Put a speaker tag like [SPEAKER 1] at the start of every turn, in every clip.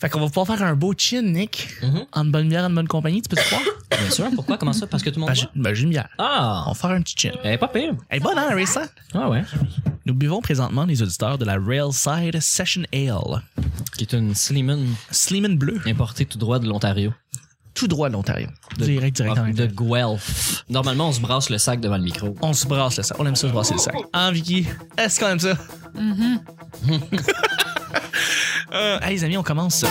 [SPEAKER 1] Fait qu'on va pouvoir faire un beau chin, Nick.
[SPEAKER 2] Mhm.
[SPEAKER 1] En bonne bière, en bonne compagnie, tu peux te croire?
[SPEAKER 2] Bien sûr, pourquoi? Comment ça? Parce que tout le
[SPEAKER 1] ben,
[SPEAKER 2] monde
[SPEAKER 1] j'ai
[SPEAKER 2] boit?
[SPEAKER 1] ben, j'ai une bière. On
[SPEAKER 2] Bah, Ah!
[SPEAKER 1] va faire un petit chin.
[SPEAKER 2] Elle est pas pire.
[SPEAKER 1] Elle est bonne, hein, Arisa?
[SPEAKER 2] Ah ouais.
[SPEAKER 1] Nous buvons présentement, les auditeurs, de la Railside Session Ale.
[SPEAKER 2] Qui est une Sliman
[SPEAKER 1] Sleeman bleu.
[SPEAKER 2] importée tout droit de l'Ontario.
[SPEAKER 1] Tout droit de ah, l'Ontario.
[SPEAKER 2] De- Ah,
[SPEAKER 1] Direct, direct. en
[SPEAKER 2] De
[SPEAKER 1] Ontario.
[SPEAKER 2] Guelph. Normalement, on se brasse le sac devant le micro.
[SPEAKER 1] On se brasse le sac. On aime ça se brasser le sac. Hein, Vicky? Est-ce qu'on aime ça? Mm-hmm. Euh, hey, les amis, on commence.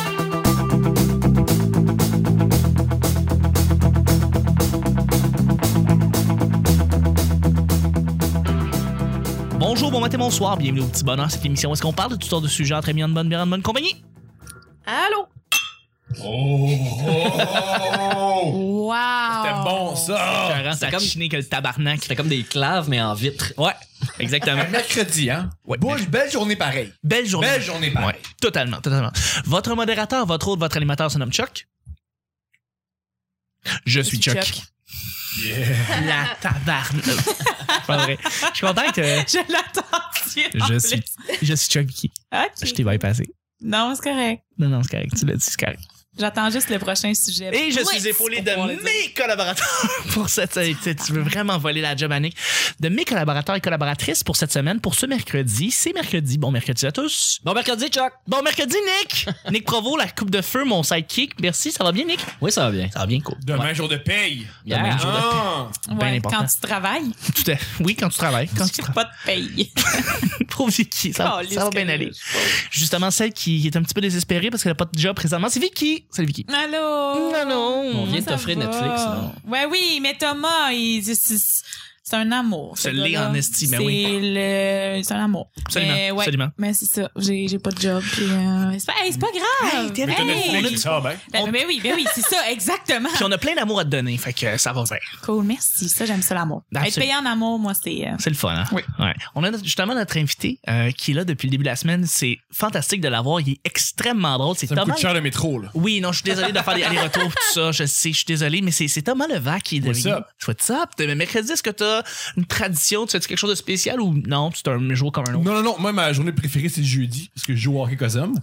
[SPEAKER 1] Bonjour, bon matin, bonsoir, bienvenue au Petit Bonheur, cette émission où est-ce qu'on parle de toutes sortes de sujets entre amis en bonne bière, en bonne compagnie.
[SPEAKER 3] Allô?
[SPEAKER 4] Oh!
[SPEAKER 3] Wow!
[SPEAKER 4] C'était bon, ça!
[SPEAKER 1] Parents, Ah, ça
[SPEAKER 2] comme-
[SPEAKER 1] chiné que le tabarnak.
[SPEAKER 2] C'était comme des claves, mais en vitre.
[SPEAKER 1] Ouais, exactement.
[SPEAKER 4] Un mercredi, hein?
[SPEAKER 1] Ouais.
[SPEAKER 4] Bouge, belle journée pareille.
[SPEAKER 1] Belle journée.
[SPEAKER 4] Belle journée
[SPEAKER 1] Ouais,
[SPEAKER 4] pareille.
[SPEAKER 1] totalement, totalement. Votre modérateur, votre autre, votre animateur se nomme Chuck. Je suis
[SPEAKER 3] suis
[SPEAKER 1] Chuck.
[SPEAKER 3] Chuck.
[SPEAKER 1] La tabarne. Pas vrai. Je suis content que. euh,
[SPEAKER 3] Je l'attendais. en
[SPEAKER 1] Je suis,
[SPEAKER 3] plus.
[SPEAKER 1] je suis Chuck Vicky. Je
[SPEAKER 3] OK.
[SPEAKER 1] t'ai bypassé.
[SPEAKER 3] Non, c'est correct.
[SPEAKER 1] Non, non, c'est correct. Tu l'as dit, c'est correct.
[SPEAKER 3] J'attends juste le prochain sujet.
[SPEAKER 1] Et je
[SPEAKER 3] Ouais,
[SPEAKER 1] suis épaulé
[SPEAKER 3] pour
[SPEAKER 1] de
[SPEAKER 3] pouvoir le dire.
[SPEAKER 1] mes collaborateurs pour cette. cette- Tu veux vraiment voler la job, Annick. De mes collaborateurs et collaboratrices pour cette semaine, pour ce mercredi. C'est mercredi. Bon mercredi à tous.
[SPEAKER 2] Bon mercredi, Chuck!
[SPEAKER 1] Bon mercredi, Nick! Nick Provo, la coupe de feu, mon sidekick. Merci, ça va bien, Nick?
[SPEAKER 2] Oui, ça va bien.
[SPEAKER 1] Ça va bien, cool.
[SPEAKER 4] Demain, jour de paye.
[SPEAKER 2] Yeah.
[SPEAKER 1] Demain, jour de-
[SPEAKER 4] Ah!
[SPEAKER 1] ben
[SPEAKER 3] Ouais,
[SPEAKER 1] important.
[SPEAKER 3] Quand tu travailles,
[SPEAKER 1] Tout à- Oui, quand tu travailles. Quand tu
[SPEAKER 3] j'ai
[SPEAKER 1] travailles.
[SPEAKER 3] pas de paye.
[SPEAKER 1] Pour Vicky, ça,
[SPEAKER 3] Calisse
[SPEAKER 1] ça va
[SPEAKER 3] que
[SPEAKER 1] bien
[SPEAKER 3] je-
[SPEAKER 1] aller. Justement, celle qui est un petit peu désespérée parce qu'elle n'a pas de job présentement, c'est Vicky. Salut, Vicky.
[SPEAKER 3] Allô?
[SPEAKER 1] Non,
[SPEAKER 2] On
[SPEAKER 1] non.
[SPEAKER 2] vient de
[SPEAKER 3] Ça
[SPEAKER 2] t'offrir
[SPEAKER 3] va.
[SPEAKER 2] Netflix. là.
[SPEAKER 3] Ouais, oui, mais Thomas, il- c'est- c'est c'est un amour.
[SPEAKER 1] C'est
[SPEAKER 3] ce
[SPEAKER 1] l'est
[SPEAKER 3] gars-là.
[SPEAKER 1] en esti, mais
[SPEAKER 3] C'est
[SPEAKER 1] oui.
[SPEAKER 3] le- C'est un amour.
[SPEAKER 1] Absolument,
[SPEAKER 3] Mais, ouais,
[SPEAKER 1] absolument.
[SPEAKER 3] Mais c'est ça, j'ai j'ai pas de job. puis, euh, c'est pas, hey, c'est pas grave.
[SPEAKER 1] Hey, t'es avec
[SPEAKER 4] T'as Netflix,
[SPEAKER 1] on a-
[SPEAKER 4] ça, ben.
[SPEAKER 3] Ben, ben oui, ben oui, c'est ça, exactement.
[SPEAKER 1] Puis on a plein d'amour à te donner, fait que ça va bien.
[SPEAKER 3] Cool, merci. Ça, j'aime ça, l'amour.
[SPEAKER 1] Ben, Absolument.
[SPEAKER 3] Être payé en amour, moi, c'est. euh,
[SPEAKER 1] C'est le fun, hein?
[SPEAKER 3] Oui.
[SPEAKER 1] Ouais. On a notre- justement notre invité euh, qui est là depuis le début de la semaine. C'est fantastique de l'avoir. Il est extrêmement drôle. C'est
[SPEAKER 4] Ça me
[SPEAKER 1] Thomas.
[SPEAKER 4] coûte cher le métro, là.
[SPEAKER 1] Oui, non, je suis désolé de faire des allers-retours, tout ça. Je sais, je suis désolé, mais c'est c'est Thomas Levac qui est
[SPEAKER 4] What's
[SPEAKER 1] devenu.
[SPEAKER 4] up?
[SPEAKER 1] What's up? Mais mercredi, est-ce que t'as une tradition? Tu fais quelque chose de spécial ou non? C'est un jour comme un autre.
[SPEAKER 4] Non, non, non. Moi, ma journée préférée, c'est le jeudi, parce que je joue au hockey Cosum.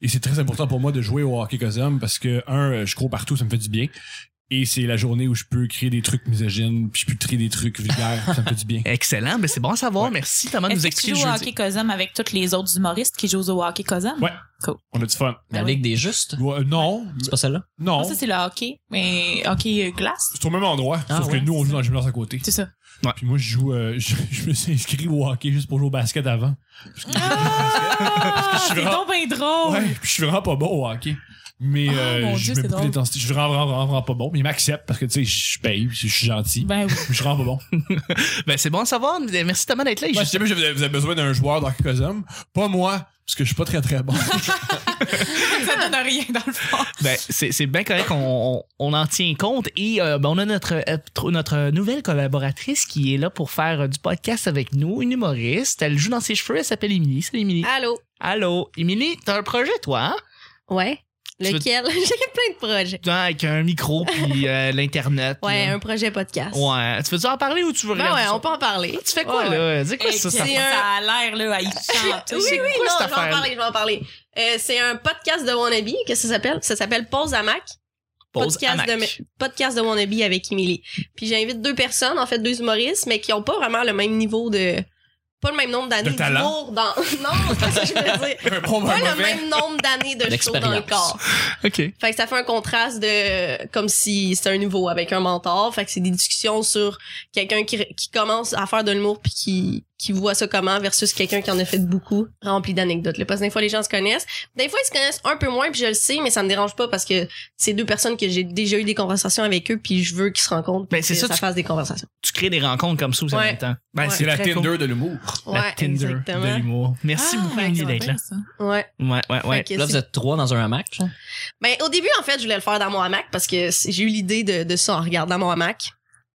[SPEAKER 4] Et c'est très important pour moi de jouer au hockey Cosum, parce que, un, euh, je cours partout, ça me fait du bien. Et c'est la journée où je peux créer des trucs misogynes, puis je peux créer des trucs vulgaires, ça me fait du bien.
[SPEAKER 1] Excellent, mais c'est bon à savoir. Merci, Thomas, de nous
[SPEAKER 3] Est-ce que tu
[SPEAKER 1] expliquer
[SPEAKER 3] joues
[SPEAKER 1] le
[SPEAKER 3] au
[SPEAKER 1] jeudi.
[SPEAKER 3] hockey Cosum avec tous les autres humoristes qui jouent au hockey Cosum?
[SPEAKER 4] Ouais.
[SPEAKER 3] Cool.
[SPEAKER 4] On a du fun.
[SPEAKER 2] La
[SPEAKER 1] Ah
[SPEAKER 3] Ben oui.
[SPEAKER 2] Ligue des Justes.
[SPEAKER 4] Ouais, euh, non,
[SPEAKER 2] C'est pas celle-là?
[SPEAKER 4] non.
[SPEAKER 3] Ah, Ça, c'est le hockey, mais hockey euh, glace.
[SPEAKER 4] C'est au même endroit,
[SPEAKER 2] Ah,
[SPEAKER 4] sauf
[SPEAKER 2] ouais.
[SPEAKER 4] que nous, on joue dans le gymnase à côté.
[SPEAKER 3] C'est ça.
[SPEAKER 4] Puis moi, je joue, euh, je, je me suis inscrit au hockey juste pour jouer au basket avant.
[SPEAKER 3] Ah,
[SPEAKER 4] suis
[SPEAKER 3] c'est
[SPEAKER 4] vraiment-
[SPEAKER 3] donc bien drôle.
[SPEAKER 4] Ouais, puis je suis vraiment pas bon au hockey. Mais
[SPEAKER 3] Ah,
[SPEAKER 4] euh,
[SPEAKER 3] mon
[SPEAKER 4] je
[SPEAKER 3] Dieu,
[SPEAKER 4] mets
[SPEAKER 3] c'est
[SPEAKER 4] beaucoup
[SPEAKER 3] drôle.
[SPEAKER 4] d'intensité. Je suis vraiment, vraiment, vraiment, vraiment pas bon. Mais ils m'acceptent parce que, tu sais, je paye, je suis gentil.
[SPEAKER 3] Ben oui.
[SPEAKER 4] Mais Je suis vraiment pas bon.
[SPEAKER 1] Ben, c'est bon à savoir. Merci, Thomas, d'être là.
[SPEAKER 4] Moi,
[SPEAKER 1] Juste-
[SPEAKER 4] si jamais vous avez vous avez besoin d'un joueur dans quelques hommes, pas moi, parce que je suis pas très, très bon.
[SPEAKER 3] ça donne rien dans le fond.
[SPEAKER 1] Ben, c'est c'est bien correct qu'on on, on en tient compte. Et euh, ben, on a notre, euh, tr- notre nouvelle collaboratrice qui est là pour faire euh, du podcast avec nous, une humoriste. Elle joue dans ses cheveux, elle s'appelle Émilie. Salut, Émilie.
[SPEAKER 5] Allô?
[SPEAKER 1] Allô, Émilie, t'as un projet, toi, hein?
[SPEAKER 5] Ouais.
[SPEAKER 1] Tu veux-
[SPEAKER 5] Lequel? J'ai plein de projets.
[SPEAKER 1] Toi, avec un micro puis euh, l'internet.
[SPEAKER 5] Ouais,
[SPEAKER 1] là.
[SPEAKER 5] un projet podcast.
[SPEAKER 1] Ouais. Tu veux-tu en parler ou tu veux
[SPEAKER 5] Ben
[SPEAKER 1] regarder
[SPEAKER 5] ouais,
[SPEAKER 1] ça? Ah,
[SPEAKER 5] on peut en parler.
[SPEAKER 1] Tu fais quoi,
[SPEAKER 5] Ouais, ouais.
[SPEAKER 1] là? Dis quoi,
[SPEAKER 3] Hey,
[SPEAKER 1] ça,
[SPEAKER 3] que
[SPEAKER 1] ça?
[SPEAKER 5] c'est un-
[SPEAKER 3] Ça a l'air, là, à y chanter.
[SPEAKER 5] Oui, oui,
[SPEAKER 1] quoi cette
[SPEAKER 5] non, je vais en
[SPEAKER 1] affaire-là?
[SPEAKER 5] parler, je vais en parler. Euh, c'est un podcast de Wannabe, qu'est-ce que ça s'appelle? Ça s'appelle Pause à Mac.
[SPEAKER 1] Pause
[SPEAKER 5] podcast,
[SPEAKER 1] hamac.
[SPEAKER 5] de, podcast de Wannabe avec Emily. Puis j'invite deux personnes, en fait deux humoristes, mais qui ont pas vraiment le même niveau de... Pas le même nombre d'années
[SPEAKER 4] De talent.
[SPEAKER 5] d'humour dans... Non, c'est pas ça que je veux dire.
[SPEAKER 4] un bon, un
[SPEAKER 5] Pas le
[SPEAKER 4] mauvais.
[SPEAKER 5] même nombre d'années de show dans le
[SPEAKER 2] D'expérience.
[SPEAKER 5] corps.
[SPEAKER 1] OK.
[SPEAKER 5] Fait que ça fait un contraste de comme si c'était un nouveau avec un mentor. Fait que c'est des discussions sur quelqu'un qui, qui commence à faire de l'humour puis qui, qui voit ça comment versus quelqu'un qui en a fait beaucoup, rempli d'anecdotes. là. Parce que des fois les gens se connaissent, des fois ils se connaissent un peu moins puis je le sais, mais ça me dérange pas parce que c'est deux personnes que j'ai déjà eu des conversations avec eux puis je veux qu'ils se rencontrent.
[SPEAKER 1] Ben,
[SPEAKER 5] puis
[SPEAKER 1] c'est
[SPEAKER 5] que
[SPEAKER 1] ça,
[SPEAKER 5] ça
[SPEAKER 1] tu-
[SPEAKER 5] fasse des conversations.
[SPEAKER 1] Tu crées des rencontres comme ça aussi en
[SPEAKER 5] Ouais.
[SPEAKER 1] même temps.
[SPEAKER 4] Ben,
[SPEAKER 5] Ouais,
[SPEAKER 4] c'est la
[SPEAKER 1] très
[SPEAKER 4] Tinder
[SPEAKER 1] cool.
[SPEAKER 4] de l'humour.
[SPEAKER 1] La Tinder de l'humour. Merci
[SPEAKER 3] Ah,
[SPEAKER 1] beaucoup,
[SPEAKER 3] ben,
[SPEAKER 1] Émilie,
[SPEAKER 3] c'est
[SPEAKER 1] d'être
[SPEAKER 3] bien,
[SPEAKER 1] là.
[SPEAKER 3] ça.
[SPEAKER 5] Ouais.
[SPEAKER 1] Ouais, ouais, ouais.
[SPEAKER 5] Fait que
[SPEAKER 2] Là,
[SPEAKER 5] c'est-
[SPEAKER 2] vous êtes trois dans un hamac, genre?
[SPEAKER 5] Ben, au début, en fait, je voulais le faire dans mon hamac parce que c'est- j'ai eu l'idée de, de ça en regardant mon hamac.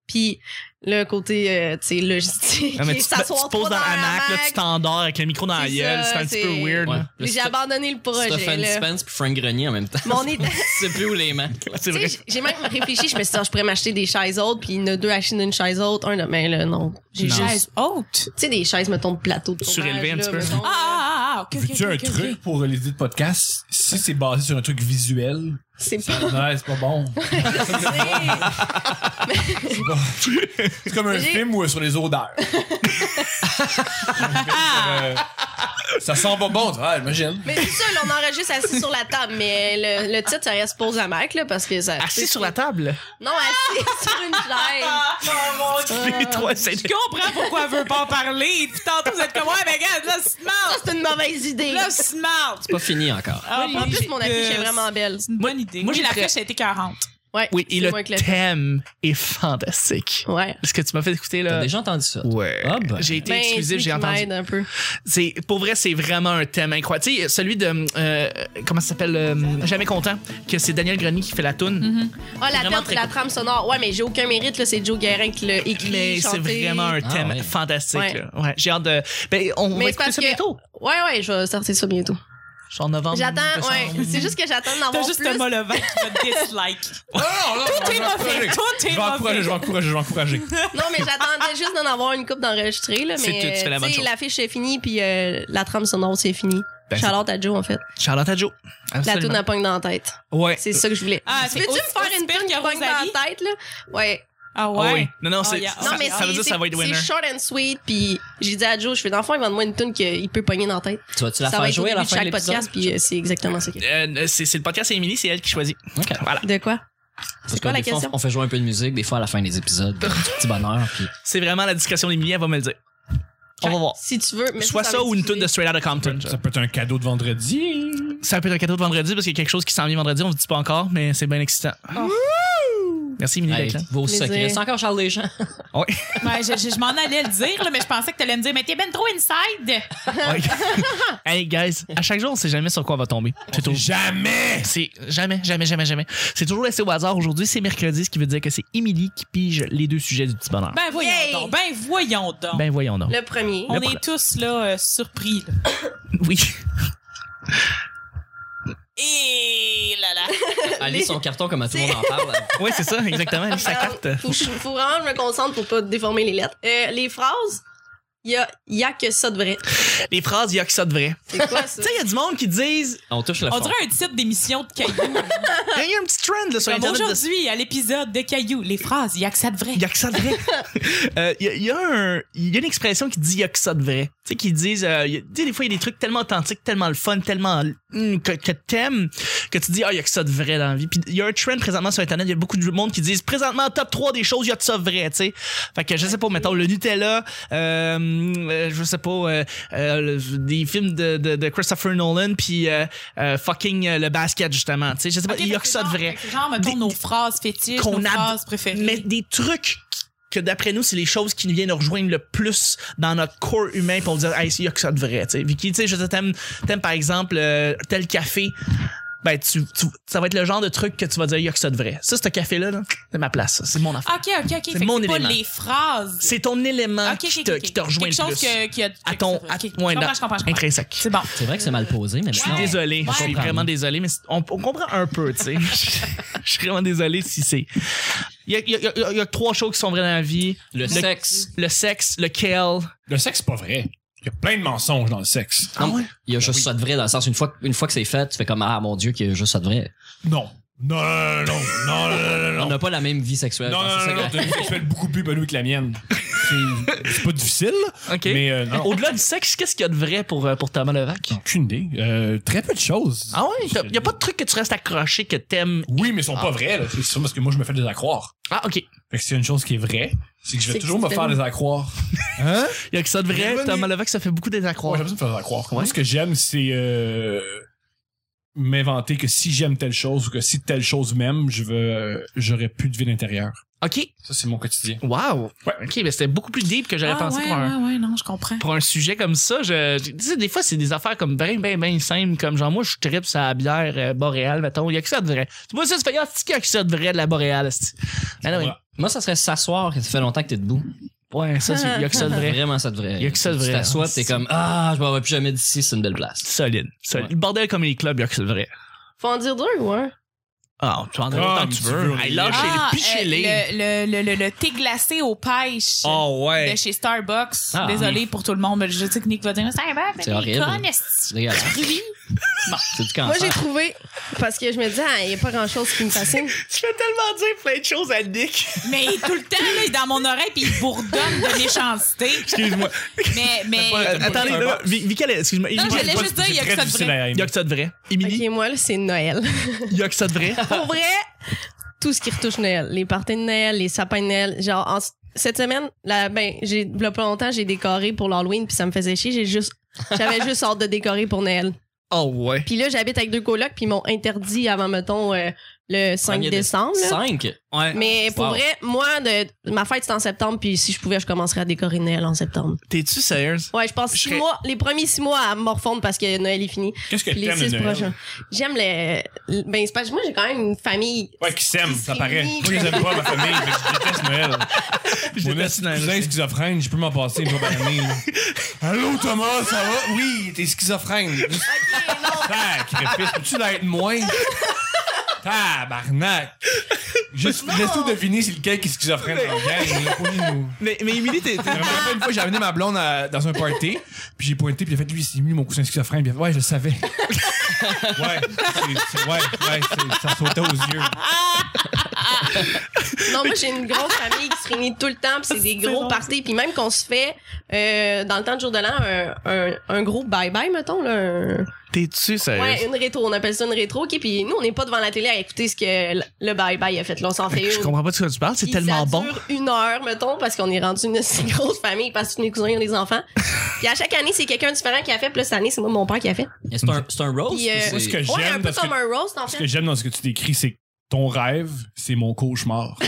[SPEAKER 5] Puis le côté, euh, tu sais, logistique,
[SPEAKER 1] Ah, mais tu, te- tu
[SPEAKER 5] s'asseoir
[SPEAKER 1] te poses
[SPEAKER 5] trop
[SPEAKER 1] dans
[SPEAKER 5] le
[SPEAKER 1] hamac, là, tu t'endors avec le micro dans la
[SPEAKER 5] C'est
[SPEAKER 1] gueule.
[SPEAKER 5] ça,
[SPEAKER 1] C'est un petit peu
[SPEAKER 5] c'est-
[SPEAKER 1] weird.
[SPEAKER 2] Ouais.
[SPEAKER 1] là.
[SPEAKER 2] Le
[SPEAKER 5] J'ai
[SPEAKER 2] Stu-
[SPEAKER 5] abandonné le projet.
[SPEAKER 2] Stephen
[SPEAKER 5] là.
[SPEAKER 2] Spence puis Frank Grenier en même temps.
[SPEAKER 5] Mon é-
[SPEAKER 2] Je sais plus où les mettre.
[SPEAKER 1] C'est
[SPEAKER 5] Tu
[SPEAKER 1] vrai.
[SPEAKER 5] sais, j'ai- j'ai même réfléchi, je me suis dit, ah, je pourrais m'acheter des chaises hautes, puis il y en a deux à Chine, une chaise haute, un de, mais là, non.
[SPEAKER 3] J'ai
[SPEAKER 1] Non.
[SPEAKER 3] chaise haute.
[SPEAKER 5] Tu sais, des chaises, mettons, de plateau de tournage,
[SPEAKER 1] Surélevé un
[SPEAKER 5] là,
[SPEAKER 1] petit peu.
[SPEAKER 5] mettons,
[SPEAKER 3] Ah, ah, ah, Ah, ok, ok. ok,
[SPEAKER 4] Veux-tu un
[SPEAKER 3] ok, ok.
[SPEAKER 4] truc pour l'idée de podcast? Si c'est basé sur un truc visuel,
[SPEAKER 5] C'est pas.
[SPEAKER 4] non, c'est pas bon. C'est pas- c'est comme un
[SPEAKER 5] J'ai-
[SPEAKER 4] film où, sur les odeurs. Euh, ça sent pas bon, tu vois, imagine.
[SPEAKER 5] Mais c'est ça, là, on enregistre assis sur la table, mais le, le titre, ça reste pose à Mac, là, parce que ça. Oh,
[SPEAKER 1] Assis sur la table.
[SPEAKER 5] Non, assis sur une chaise.
[SPEAKER 3] Ah, mon Dieu.
[SPEAKER 1] Les trois, c'est
[SPEAKER 3] Je comprends pourquoi elle veut pas en parler. Puis tantôt, vous êtes comme, ouais, mais regarde, là, c'est smart.
[SPEAKER 5] C'est une mauvaise idée.
[SPEAKER 3] Là, c'est smart.
[SPEAKER 2] Pas fini encore.
[SPEAKER 3] Ah,
[SPEAKER 5] en plus, mon affiche
[SPEAKER 3] euh,
[SPEAKER 5] est vraiment belle.
[SPEAKER 3] C'est une bonne idée.
[SPEAKER 1] moi,
[SPEAKER 3] Moi, oui,
[SPEAKER 1] j'ai très-
[SPEAKER 3] l'affiche a été 40.
[SPEAKER 5] Ouais,
[SPEAKER 1] Oui, et
[SPEAKER 5] c'est
[SPEAKER 1] le
[SPEAKER 5] moins que le-
[SPEAKER 1] thème est fantastique.
[SPEAKER 5] Ouais.
[SPEAKER 1] Ce que tu m'as fait écouter,
[SPEAKER 2] T'as
[SPEAKER 1] là.
[SPEAKER 2] déjà entendu ça? toi?
[SPEAKER 1] Ouais.
[SPEAKER 2] Ah ben.
[SPEAKER 1] J'ai été
[SPEAKER 5] Ben,
[SPEAKER 1] exclusif,
[SPEAKER 5] lui
[SPEAKER 1] j'ai
[SPEAKER 5] qui
[SPEAKER 1] entendu.
[SPEAKER 5] m'aide un peu.
[SPEAKER 1] C'est pour vrai, c'est vraiment un thème incroyable. Tu sais, celui de euh, comment ça s'appelle euh, Jamais content que c'est Daniel Grenier qui fait la tune.
[SPEAKER 5] Ah, la,
[SPEAKER 1] Vraiment
[SPEAKER 5] trame,
[SPEAKER 1] très
[SPEAKER 5] la trame sonore. Ouais, mais j'ai aucun mérite, là. C'est Joe Guérin qui l'a écrit.
[SPEAKER 1] Mais c'est
[SPEAKER 5] chanté.
[SPEAKER 1] vraiment un
[SPEAKER 2] Ah,
[SPEAKER 1] thème
[SPEAKER 2] ouais.
[SPEAKER 1] fantastique.
[SPEAKER 5] Ouais.
[SPEAKER 1] là. Ouais, j'ai hâte de. Ben, on va
[SPEAKER 5] Mais c'est
[SPEAKER 1] écouter
[SPEAKER 5] parce
[SPEAKER 1] ça
[SPEAKER 5] que-
[SPEAKER 1] bientôt.
[SPEAKER 5] Ouais, ouais, je vais sortir ça bientôt.
[SPEAKER 1] Genre en novembre.
[SPEAKER 5] J'attends,
[SPEAKER 1] décembre.
[SPEAKER 5] ouais. C'est juste que j'attends d'en
[SPEAKER 3] T'as
[SPEAKER 5] avoir
[SPEAKER 3] juste
[SPEAKER 5] plus.
[SPEAKER 3] Thomas Levent qui te dislike.
[SPEAKER 4] Non, non, non,
[SPEAKER 3] Tout est mauvais. Tout
[SPEAKER 4] Je
[SPEAKER 3] est
[SPEAKER 4] vais encourager, je
[SPEAKER 3] mauvais.
[SPEAKER 4] vais encourager, je vais encourager.
[SPEAKER 5] Non, mais j'attendais juste d'en avoir une coupe d'enregistrés, là.
[SPEAKER 1] C'est
[SPEAKER 5] Mais,
[SPEAKER 1] tout, tu fais la
[SPEAKER 5] euh,
[SPEAKER 1] bonne
[SPEAKER 5] tu sais,
[SPEAKER 1] chose.
[SPEAKER 5] l'affiche est finie, puis euh, la trame sonore, c'est fini.
[SPEAKER 1] Ben,
[SPEAKER 5] Charlotte à Joe, en fait.
[SPEAKER 1] Charlotte Adjo.
[SPEAKER 2] Ah,
[SPEAKER 5] La toune
[SPEAKER 1] Absolument.
[SPEAKER 5] à pogne dans la tête.
[SPEAKER 1] Ouais.
[SPEAKER 5] C'est ça que je voulais.
[SPEAKER 3] Ah, c'est
[SPEAKER 5] Peux-tu me
[SPEAKER 3] aussi-
[SPEAKER 5] faire
[SPEAKER 3] aussi
[SPEAKER 5] une
[SPEAKER 3] pire
[SPEAKER 5] toune qui
[SPEAKER 3] que
[SPEAKER 5] pogne
[SPEAKER 3] Rosalie?
[SPEAKER 5] dans la tête, là? Ouais.
[SPEAKER 3] Ah
[SPEAKER 1] Ah
[SPEAKER 3] ouais?
[SPEAKER 1] oui. Non, non,
[SPEAKER 3] Oh,
[SPEAKER 1] c'est,
[SPEAKER 3] yeah.
[SPEAKER 1] ça,
[SPEAKER 5] non, mais
[SPEAKER 1] ça
[SPEAKER 5] c'est-
[SPEAKER 1] veut dire que ça va être
[SPEAKER 5] c'est-
[SPEAKER 1] winner.
[SPEAKER 5] C'est short and sweet, puis j'ai dit à Joe, je fais d'enfant, il vend de moi une toune qu'il peut pogner dans la tête.
[SPEAKER 2] Tu vas-tu la
[SPEAKER 5] ça
[SPEAKER 2] faire
[SPEAKER 5] va être au
[SPEAKER 2] jouer à
[SPEAKER 5] début
[SPEAKER 2] la
[SPEAKER 5] de
[SPEAKER 2] fin de
[SPEAKER 5] chaque
[SPEAKER 2] l'épisode?
[SPEAKER 5] podcast, puis euh, c'est exactement ça. que-
[SPEAKER 1] Euh, c'est, c'est le podcast c'est Émilie, c'est elle qui choisit.
[SPEAKER 2] Ok.
[SPEAKER 1] Voilà.
[SPEAKER 5] De quoi?
[SPEAKER 2] Parce
[SPEAKER 5] quoi
[SPEAKER 2] que
[SPEAKER 5] la
[SPEAKER 2] des fois,
[SPEAKER 5] question?
[SPEAKER 2] On fait jouer un peu de musique, des fois à la fin des épisodes. puis un petit bonheur. Puis...
[SPEAKER 1] C'est vraiment la discrétion d'Émilie, elle va me le dire. On va voir.
[SPEAKER 5] Si tu veux. mais
[SPEAKER 1] Soit ça,
[SPEAKER 5] va
[SPEAKER 1] ou une
[SPEAKER 5] être
[SPEAKER 1] toune de Straight Outta Compton.
[SPEAKER 4] Ça peut être un cadeau de vendredi.
[SPEAKER 1] Ça peut être un cadeau de vendredi parce qu'il y a quelque chose qui s'en vient vendredi, on vous dit pas encore, mais c'est bien excitant.
[SPEAKER 5] Oh.
[SPEAKER 1] Merci Émilie
[SPEAKER 2] Hey,
[SPEAKER 1] d'être là.
[SPEAKER 2] vos
[SPEAKER 5] Plaisir.
[SPEAKER 2] secrets. C'est encore Charles Deschamps.
[SPEAKER 3] Ouais, Ben, je, je- je m'en allais le dire, là, mais je pensais que t'allais me dire, mais t'es ben trop inside.
[SPEAKER 1] Ouais. hey guys, à chaque jour, on sait jamais sur quoi on va tomber. C'est toujours-
[SPEAKER 4] Jamais!
[SPEAKER 1] C'est jamais, jamais, jamais, jamais. C'est toujours laissé au hasard. Aujourd'hui, c'est mercredi, ce qui veut dire que c'est Émilie qui pige les deux sujets du petit bonheur.
[SPEAKER 3] Ben voyons
[SPEAKER 5] Yay!
[SPEAKER 3] donc. Ben voyons donc.
[SPEAKER 1] Ben voyons donc.
[SPEAKER 5] Le premier.
[SPEAKER 3] on
[SPEAKER 1] le pro-
[SPEAKER 3] est tous là euh, surpris. Là.
[SPEAKER 1] Oui.
[SPEAKER 3] Et là là.
[SPEAKER 2] Allez, son carton, comme à tout le monde en parle.
[SPEAKER 1] Oui, c'est ça, exactement. Elle lit sa carte.
[SPEAKER 5] Faut, faut vraiment que je me concentre pour pas déformer les lettres. Euh, les phrases, il y a, y a que ça de vrai.
[SPEAKER 1] Les phrases, il y a que ça de vrai.
[SPEAKER 5] C'est quoi
[SPEAKER 1] Tu
[SPEAKER 5] ça?
[SPEAKER 1] sais, il y a du monde qui disent.
[SPEAKER 2] On touche le
[SPEAKER 3] On
[SPEAKER 2] fond.
[SPEAKER 3] dirait un titre d'émission de Caillou.
[SPEAKER 1] Il y a un petit trend là, sur
[SPEAKER 3] Comme
[SPEAKER 1] Internet. de-
[SPEAKER 3] aujourd'hui, à l'épisode de Caillou, les phrases, il y a que ça de vrai.
[SPEAKER 1] Il y a que ça de vrai. Euh, Il y, a- il y a un- il y a une expression qui dit il y a que ça de vrai. Tu sais, qui disent. euh, il y a- tu sais, des fois, il y a des trucs tellement authentiques, tellement le fun, tellement hum, que, que t'aimes, que tu dis, ah, il y a que ça de vrai dans la vie. Puis il y a un trend présentement sur Internet, il y a beaucoup de monde qui disent, présentement, top 3 des choses, il y a que ça de vrai, tu sais. Fait que je sais pas, mettons, le Nutella, euh, euh, je sais pas, euh, euh, le- des films de, de, de Christopher Nolan, puis euh, euh, fucking euh, le basket, justement. Tu sais, je sais pas,
[SPEAKER 3] Ok,
[SPEAKER 1] il y a
[SPEAKER 3] fait
[SPEAKER 1] que ça de
[SPEAKER 3] genre-
[SPEAKER 1] vrai
[SPEAKER 3] fait que Genre, mettons
[SPEAKER 1] Des-
[SPEAKER 3] nos phrases fétiches,
[SPEAKER 1] qu'on
[SPEAKER 3] nos
[SPEAKER 1] ad-
[SPEAKER 3] phrases préférées.
[SPEAKER 1] mais des trucs qui- que d'après nous, c'est les choses qui nous viennent nous rejoindre le plus dans notre corps humain pour dire, hey, il y a que ça de vrai, tu sais. Vicky, tu sais, je sais, t'aimes, t'aimes par exemple euh, tel café. Ben, tu, tu- ça va être le genre de truc que tu vas dire, il y a que ça de vrai. Ça, ce café-là, là, c'est ma place. ça. C'est mon affaire.
[SPEAKER 3] Ok, ok, ok. Fait que
[SPEAKER 1] mon
[SPEAKER 3] c'est pas
[SPEAKER 1] élément.
[SPEAKER 3] les phrases.
[SPEAKER 1] C'est ton élément
[SPEAKER 3] Ok, ok,
[SPEAKER 1] qui, te,
[SPEAKER 3] ok, ok.
[SPEAKER 1] qui te rejoint
[SPEAKER 3] Quelque
[SPEAKER 1] le plus.
[SPEAKER 3] chose que- qui a.
[SPEAKER 1] À
[SPEAKER 3] que-
[SPEAKER 1] ton,
[SPEAKER 3] ok.
[SPEAKER 1] à,
[SPEAKER 3] Je
[SPEAKER 1] ouais, dans-
[SPEAKER 3] comprends, je comprends, je comprends.
[SPEAKER 1] intrinsèque.
[SPEAKER 3] C'est bon.
[SPEAKER 2] C'est vrai que c'est mal posé, mais
[SPEAKER 1] Je suis
[SPEAKER 2] non.
[SPEAKER 1] désolé,
[SPEAKER 3] Ouais.
[SPEAKER 1] je suis
[SPEAKER 2] Comprends.
[SPEAKER 1] vraiment désolé, mais c'est- on, on comprend un peu, tu sais. je suis vraiment désolé si c'est. Il y a, il y a- il y a- il y a trois choses qui sont vraies dans la vie
[SPEAKER 2] Le sexe.
[SPEAKER 1] le sexe, le kale.
[SPEAKER 4] Le sexe, c'est pas vrai. Il y a plein de mensonges dans le sexe.
[SPEAKER 1] Ah ouais?
[SPEAKER 2] Il y a juste ça de vrai dans le sens, une fois, une fois que c'est fait, tu fais comme Ah mon Dieu, qu'il y a juste ça de vrai.
[SPEAKER 4] Non. Non, non, non, non, non, non,
[SPEAKER 2] On
[SPEAKER 4] non.
[SPEAKER 2] n'a pas la même vie sexuelle.
[SPEAKER 4] Non,
[SPEAKER 2] Enfin,
[SPEAKER 4] non,
[SPEAKER 2] c'est
[SPEAKER 4] non,
[SPEAKER 2] ça
[SPEAKER 4] non,
[SPEAKER 2] que-
[SPEAKER 4] t'as une vie sexuelle beaucoup plus épanouie que la mienne. C'est c'est pas difficile,
[SPEAKER 1] OK.
[SPEAKER 4] mais euh, non.
[SPEAKER 1] Au-delà du sexe, qu'est-ce qu'il y a de vrai pour, euh, pour Thomas Levac?
[SPEAKER 4] Aucune idée. Euh, très peu de choses.
[SPEAKER 1] Ah ouais? Il n'y a pas de truc que tu restes accroché, que t'aimes.
[SPEAKER 4] Oui, mais ils sont pas vrais. là. C'est sûr parce que moi, je me fais des accroires.
[SPEAKER 1] Ah, OK. Il
[SPEAKER 4] Fait que c'est une chose qui est vraie, c'est que je
[SPEAKER 5] C'est
[SPEAKER 4] vais toujours me
[SPEAKER 5] que tu
[SPEAKER 4] faire
[SPEAKER 5] t'aimes.
[SPEAKER 4] des accroires. Hein?
[SPEAKER 1] y a que ça de vrai.
[SPEAKER 4] Bienvenue.
[SPEAKER 1] Thomas Levac, ça fait beaucoup des
[SPEAKER 4] Ouais,
[SPEAKER 1] accroires.
[SPEAKER 4] j'aime ça me faire des accroires.
[SPEAKER 1] Ouais.
[SPEAKER 4] Moi, ce que j'aime, c'est euh, m'inventer que si j'aime telle chose ou que si telle chose m'aime, je veux, euh, j'aurais plus de vie l'intérieur.
[SPEAKER 1] OK.
[SPEAKER 4] Ça, c'est mon quotidien.
[SPEAKER 1] Wow.
[SPEAKER 4] Ouais.
[SPEAKER 1] OK, mais c'était beaucoup plus deep que j'aurais
[SPEAKER 3] Ah,
[SPEAKER 1] pensé
[SPEAKER 3] ouais,
[SPEAKER 1] pour, un,
[SPEAKER 3] ouais, ouais, non, je comprends.
[SPEAKER 1] pour un sujet comme ça. Je, je- tu sais, des fois, c'est des affaires comme ben, ben, ben simples. Comme genre, moi, je tripe sur la bière euh, boréale, mettons. Il y a que ça de vrai. Tu vois ça, tu fais, ah, c'est qu'il y a que ça de vrai de la boréale. esti. Ah non, mais-
[SPEAKER 4] Voilà.
[SPEAKER 2] Moi, ça serait s'asseoir, ça fait longtemps que t'es debout.
[SPEAKER 1] ouais, ça, c'est- il y a que ça de vrai.
[SPEAKER 2] Vraiment, ça devrait.
[SPEAKER 1] Il y a que ça de vrai.
[SPEAKER 2] Tu t'assois, t'es comme Ah, je m'en vais plus jamais d'ici, c'est une belle place.
[SPEAKER 1] Solide. Solide.
[SPEAKER 2] Ouais.
[SPEAKER 1] Bordel comme les clubs, il y a que ça de vrai.
[SPEAKER 5] Faut en dire deux ou un?
[SPEAKER 1] Ah, tu en as
[SPEAKER 4] Ah,
[SPEAKER 1] autant que
[SPEAKER 4] mais
[SPEAKER 1] tu
[SPEAKER 4] tu
[SPEAKER 1] veux.
[SPEAKER 4] veux
[SPEAKER 1] Hey,
[SPEAKER 4] rien.
[SPEAKER 1] lâchez-les,
[SPEAKER 3] Ah,
[SPEAKER 1] pichez-les.
[SPEAKER 3] euh, le, le, le, le, le thé glacé aux pêches.
[SPEAKER 1] oh, ouais.
[SPEAKER 3] De chez Starbucks.
[SPEAKER 2] Ah.
[SPEAKER 3] Désolé pour tout le monde, mais je sais que Nick va dire Starbucks,
[SPEAKER 2] C'est
[SPEAKER 3] mais les
[SPEAKER 2] horrible.
[SPEAKER 3] connes, est-ce
[SPEAKER 2] C'est dégueulasse.
[SPEAKER 3] que tu ris?
[SPEAKER 2] C'est du
[SPEAKER 1] Ah,
[SPEAKER 5] Moi, j'ai
[SPEAKER 2] cancer.
[SPEAKER 5] trouvé, parce que je me dis, ah, il n'y a pas grand chose qui me fascine.
[SPEAKER 1] Tu fais tellement dire plein de choses à Nick.
[SPEAKER 3] Mais il est tout le temps, là, il est dans mon oreille, puis il bourdonne de méchanceté.
[SPEAKER 1] Excuse-moi.
[SPEAKER 3] Mais, mais.
[SPEAKER 1] Attendez, là, Vi- Vicale, excuse-moi.
[SPEAKER 3] Non,
[SPEAKER 1] Émilie,
[SPEAKER 3] j'allais juste dire, il y a que ça de vrai.
[SPEAKER 1] Il y a que ça de vrai. Émilie,
[SPEAKER 5] Ok, moi, là, c'est Noël.
[SPEAKER 1] il y a que ça de vrai.
[SPEAKER 5] Pour vrai, tout ce qui retouche Noël. Les parties de Noël, les sapins de Noël. Genre, en- cette semaine, là, ben, j'ai, il y a pas longtemps, j'ai décoré pour l'Halloween, puis ça me faisait chier. J'ai juste, j'avais juste hâte de décorer pour Noël.
[SPEAKER 1] Oh, ouais.
[SPEAKER 5] Puis là, j'habite avec deux colocs, puis ils m'ont interdit avant, mettons, euh, le 5
[SPEAKER 2] Premier
[SPEAKER 5] décembre. là.
[SPEAKER 2] 5?
[SPEAKER 1] Ouais.
[SPEAKER 5] Mais pour
[SPEAKER 2] Wow.
[SPEAKER 5] vrai, moi, de, ma fête, c'est en septembre, puis si je pouvais, je commencerais à décorer Noël en septembre.
[SPEAKER 1] T'es-tu sérieuse?
[SPEAKER 5] Ouais, je pense
[SPEAKER 1] Je
[SPEAKER 5] six
[SPEAKER 1] serais-
[SPEAKER 5] mois, les premiers six mois à me morfondre parce que Noël est fini.
[SPEAKER 4] Qu'est-ce que
[SPEAKER 5] Puis les
[SPEAKER 4] t'aimes
[SPEAKER 5] six
[SPEAKER 4] de Noël?
[SPEAKER 5] prochains. J'aime le. le- Ben, c'est parce que moi, j'ai quand même une famille.
[SPEAKER 4] Ouais, qui s'aiment, ça
[SPEAKER 5] C'est
[SPEAKER 4] paraît.
[SPEAKER 5] fini.
[SPEAKER 4] Moi, je les aime pas, ma famille, mais je déteste Noël. Mon
[SPEAKER 1] déteste
[SPEAKER 4] esti de
[SPEAKER 1] Noël
[SPEAKER 4] cousin
[SPEAKER 1] aussi.
[SPEAKER 4] schizophrène, je peux m'en passer une fois par année. là. Allô, Thomas, ça va? Oui, t'es schizophrène. Sacrifice, peux-tu l'être moins? Tabarnak! Juste, laisse-nous deviner c'est lequel qui est schizophrène dans le gang. là. Pose-nous.
[SPEAKER 1] Mais, mais Émilie, t'es.
[SPEAKER 4] Je me rappelle une fois, j'ai amené ma blonde à- dans un party, puis j'ai pointé, puis il a fait lui, c'est lui mon cousin schizophrène, puis il a fait, ouais, je le savais. ouais, c'est- c'est- ouais, ouais, c'est- ça sautait aux yeux.
[SPEAKER 5] Non, moi, j'ai une grosse famille qui se réunit tout le temps, puis c'est des
[SPEAKER 1] C'est
[SPEAKER 5] gros
[SPEAKER 1] bon,
[SPEAKER 5] parties. Puis même qu'on se fait, euh, dans le temps de jour de l'an, un, un, un gros bye-bye, mettons, là. un-
[SPEAKER 1] T'es-tu sérieuse?
[SPEAKER 5] Ouais, une rétro. On appelle ça une rétro, OK? Puis nous, on n'est pas devant la télé à écouter ce que le- le bye-bye a fait. Là, on s'en fait
[SPEAKER 1] Je
[SPEAKER 5] une.
[SPEAKER 1] comprends pas de quoi tu parles, c'est
[SPEAKER 5] Puis
[SPEAKER 1] tellement
[SPEAKER 5] ça
[SPEAKER 1] bon.
[SPEAKER 5] dure une heure, mettons, parce qu'on est rendu une si grosse famille, parce que tous mes cousins ont des enfants. Puis à chaque année, c'est quelqu'un différent qui a fait. Puis là, cette année, c'est moi, mon père qui a fait.
[SPEAKER 2] Mais C'est un, c'est un roast?
[SPEAKER 5] Puis, euh,
[SPEAKER 2] ou
[SPEAKER 4] Moi, ce que
[SPEAKER 2] c'est-
[SPEAKER 5] Ouais, un
[SPEAKER 4] j'aime
[SPEAKER 5] peu
[SPEAKER 4] parce que
[SPEAKER 5] comme un roast, en
[SPEAKER 4] Ce
[SPEAKER 5] fait.
[SPEAKER 4] que j'aime dans ce que tu décris, c'est que ton rêve, c'est mon cauchemar.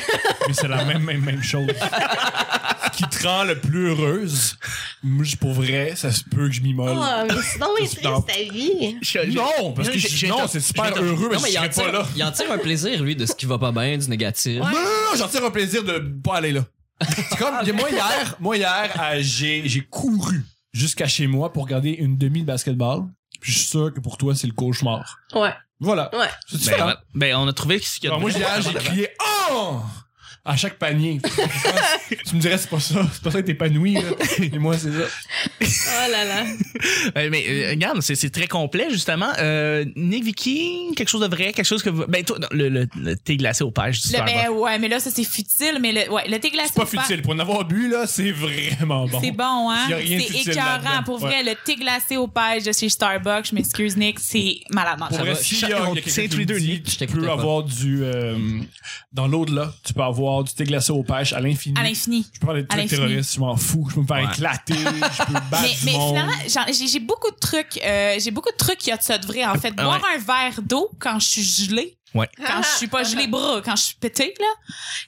[SPEAKER 4] Mais c'est la même, même, même chose. Ce qui te rend le plus heureuse, moi, je- pour vrai, ça se peut que je m'immole.
[SPEAKER 5] Ah, mais c'est donc bien triste, ta vie.
[SPEAKER 1] Je- je-
[SPEAKER 4] Non, parce que
[SPEAKER 1] J'ai-
[SPEAKER 4] je-
[SPEAKER 1] j'ai-
[SPEAKER 4] non, c'est super
[SPEAKER 1] j'ai-
[SPEAKER 4] heureux, mais
[SPEAKER 2] Non, mais il
[SPEAKER 4] je
[SPEAKER 2] en,
[SPEAKER 4] serais
[SPEAKER 2] tire,
[SPEAKER 4] pas là.
[SPEAKER 2] il en tire un plaisir, lui, de ce qui va pas bien, du négatif.
[SPEAKER 4] Non, non, non, j'en tire un plaisir de pas aller là. C'est comme, moi hier, moi hier, euh, j'ai j'ai couru jusqu'à chez moi pour regarder une demi de basketball. Puis je suis sûr que pour toi, c'est le cauchemar.
[SPEAKER 5] Ouais,
[SPEAKER 4] Voilà.
[SPEAKER 5] ouais.
[SPEAKER 4] C'est
[SPEAKER 1] Ben,
[SPEAKER 4] différent.
[SPEAKER 1] ben, ben, on a trouvé ce qu'il y a
[SPEAKER 4] Alors,
[SPEAKER 1] de
[SPEAKER 4] moi,
[SPEAKER 1] vrai.
[SPEAKER 4] j'ai ah, j'ai crié Oh! À chaque panier. tu me dirais, c'est pas ça. C'est pas ça que t'épanouis. là. Et moi, c'est ça.
[SPEAKER 5] Oh là là.
[SPEAKER 1] Euh, mais euh, regarde, c'est, c'est très complet, justement. Euh, Nick Vicky, quelque chose de vrai, quelque chose que. vous- Ben, toi, non, le, le, le thé glacé aux pêches du
[SPEAKER 3] Le,
[SPEAKER 1] Starbucks.
[SPEAKER 3] ben, ouais, mais là, ça, c'est futile. Mais le, ouais, le thé glacé.
[SPEAKER 4] C'est pas
[SPEAKER 3] au pain,
[SPEAKER 4] futile. Pour en avoir bu, là, c'est vraiment bon.
[SPEAKER 3] C'est bon, hein?
[SPEAKER 4] Y a rien de
[SPEAKER 3] C'est
[SPEAKER 4] futile
[SPEAKER 3] écœurant.
[SPEAKER 4] là-dedans.
[SPEAKER 3] Pour vrai, le thé glacé aux pêches de chez Starbucks, je m'excuse, Nick, c'est malade.
[SPEAKER 4] Pour
[SPEAKER 2] Ça
[SPEAKER 4] vrai,
[SPEAKER 2] va.
[SPEAKER 4] s'il y a,
[SPEAKER 1] Chacun, on
[SPEAKER 4] il y
[SPEAKER 1] tient
[SPEAKER 4] a quelqu'un
[SPEAKER 1] tous
[SPEAKER 4] qui
[SPEAKER 1] les
[SPEAKER 4] me
[SPEAKER 1] deux,
[SPEAKER 4] dit,
[SPEAKER 1] Nick.
[SPEAKER 2] Je
[SPEAKER 4] tu
[SPEAKER 2] t'écoutais
[SPEAKER 4] peux
[SPEAKER 2] pas.
[SPEAKER 4] avoir du... euh, dans l'au-delà, tu peux avoir du thé glacé aux pêches à l'infini.
[SPEAKER 3] À l'infini.
[SPEAKER 4] Je peux parler de
[SPEAKER 3] À
[SPEAKER 4] trucs
[SPEAKER 3] l'infini.
[SPEAKER 4] terroristes, je m'en fous. Je peux me faire éclater, je peux battre
[SPEAKER 3] Mais,
[SPEAKER 4] du
[SPEAKER 3] mais
[SPEAKER 4] monde.
[SPEAKER 3] finalement, j'en- j'ai j'ai beaucoup de trucs, euh, j'ai beaucoup de trucs qui a de ça de vrai. En fait, boire un verre d'eau quand je suis gelée,
[SPEAKER 1] Ouais.
[SPEAKER 3] quand je suis pas gelée bras, quand je suis petite, là,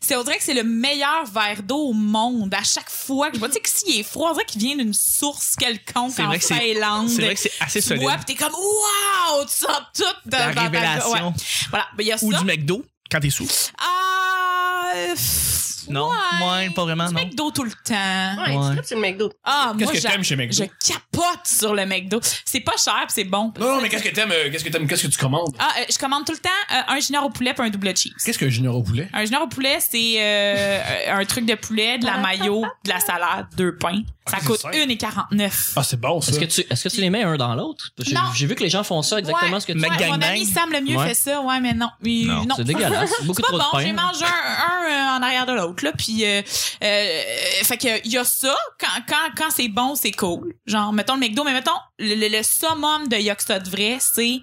[SPEAKER 3] c'est, on dirait que c'est le meilleur verre d'eau au monde. À chaque fois que je bois, tu sais que s'il est froid, on dirait qu'il vient d'une source quelconque
[SPEAKER 1] C'est
[SPEAKER 3] en
[SPEAKER 1] vrai que c'est-
[SPEAKER 3] Thaïlande.
[SPEAKER 1] C'est vrai que c'est assez
[SPEAKER 3] tu
[SPEAKER 1] solide.
[SPEAKER 3] bois, puis t'es comme, wow, tu sens tout dans
[SPEAKER 1] La
[SPEAKER 3] dans ta-
[SPEAKER 1] révélation.
[SPEAKER 3] ouais. Voilà. Ben, il y a
[SPEAKER 1] Ou
[SPEAKER 3] ça.
[SPEAKER 1] du McDo, quand t'es sous.
[SPEAKER 3] Ah, pff,
[SPEAKER 1] Non, ouais, pas vraiment,
[SPEAKER 3] Du
[SPEAKER 1] non.
[SPEAKER 3] McDo tout le temps.
[SPEAKER 5] Ouais,
[SPEAKER 1] Ouais.
[SPEAKER 5] tu tripes sur le McDo.
[SPEAKER 3] Ah,
[SPEAKER 4] Qu'est-ce
[SPEAKER 3] moi,
[SPEAKER 4] que
[SPEAKER 3] j'a-
[SPEAKER 4] t'aimes chez McDo?
[SPEAKER 3] Je capote sur le McDo. C'est pas cher, pis c'est bon.
[SPEAKER 4] Non, non, mais qu'est-ce que t'aimes? euh, Qu'est-ce que t'aimes? Qu'est-ce que tu commandes?
[SPEAKER 3] Ah, euh, je commande tout le temps euh, un junior au poulet puis un double cheese.
[SPEAKER 4] Qu'est-ce que j'ignore au poulet?
[SPEAKER 3] Un junior au poulet, c'est euh, un truc de poulet, de la mayo, de la salade, deux pains. Ça
[SPEAKER 4] Ah, c'est
[SPEAKER 3] coûte
[SPEAKER 4] simple.
[SPEAKER 3] 1,49.
[SPEAKER 4] Ah, c'est bon, ça.
[SPEAKER 2] Est-ce que, tu, est-ce que tu les mets un dans l'autre? J'ai,
[SPEAKER 3] Non.
[SPEAKER 2] j'ai vu que les gens font ça exactement
[SPEAKER 3] Ouais.
[SPEAKER 2] ce que tu
[SPEAKER 1] Mac-
[SPEAKER 3] Ouais, mon
[SPEAKER 1] gangbang.
[SPEAKER 3] ami Sam le mieux
[SPEAKER 2] Ouais.
[SPEAKER 3] fait ça, ouais, mais non. Il-
[SPEAKER 1] Non,
[SPEAKER 3] non.
[SPEAKER 2] C'est dégueulasse. Beaucoup
[SPEAKER 3] C'est
[SPEAKER 2] trop
[SPEAKER 3] pas bon,
[SPEAKER 2] de
[SPEAKER 3] j'ai
[SPEAKER 2] pain.
[SPEAKER 3] mangé un, un, euh, en arrière de l'autre là, puis euh, euh, fait que il y a ça quand quand quand c'est bon, c'est cool. Genre mettons le McDo, mais mettons le, le, le summum de Yoxta de vrai, c'est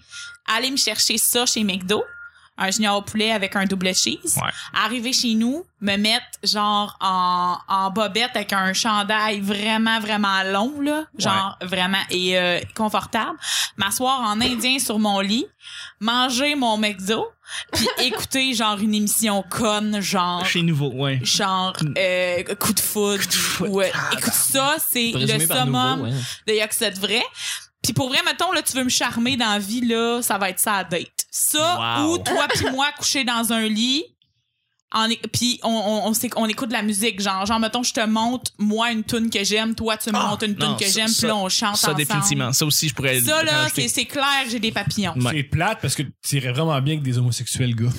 [SPEAKER 3] aller me chercher ça chez McDo, un junior au poulet avec un double cheese.
[SPEAKER 1] Ouais.
[SPEAKER 3] Arriver chez nous, me mettre genre en, en bobette avec un chandail vraiment vraiment long là, genre vraiment et euh, confortable, m'asseoir en indien sur mon lit, manger mon McDo puis écouter genre une émission conne genre
[SPEAKER 1] Chez Nouveau, ouais.
[SPEAKER 3] genre euh, coup de foudre
[SPEAKER 1] foudre.
[SPEAKER 3] ou, euh, écoute ça c'est le
[SPEAKER 2] Résumé par
[SPEAKER 3] summum
[SPEAKER 2] nouveau, ouais.
[SPEAKER 3] de Yoxet vrai puis pour vrai mettons là tu veux me charmer dans la vie là ça va être ça à date ça
[SPEAKER 1] Wow.
[SPEAKER 3] ou toi puis moi coucher dans un lit en é- puis on, on, on, s'éc- on écoute de la musique genre genre mettons je te monte moi une tune que j'aime toi tu me
[SPEAKER 1] Ah,
[SPEAKER 3] montes une
[SPEAKER 1] non,
[SPEAKER 3] tune que
[SPEAKER 1] ça-
[SPEAKER 3] j'aime puis
[SPEAKER 1] ça-
[SPEAKER 3] là on chante
[SPEAKER 1] Ça,
[SPEAKER 3] ensemble
[SPEAKER 1] définitivement. Ça aussi, je pourrais.
[SPEAKER 3] ça là
[SPEAKER 1] rajouter.
[SPEAKER 3] c'est c'est clair j'ai des papillons
[SPEAKER 1] Ouais.
[SPEAKER 4] C'est plate parce que t'irais vraiment bien avec des homosexuels gars.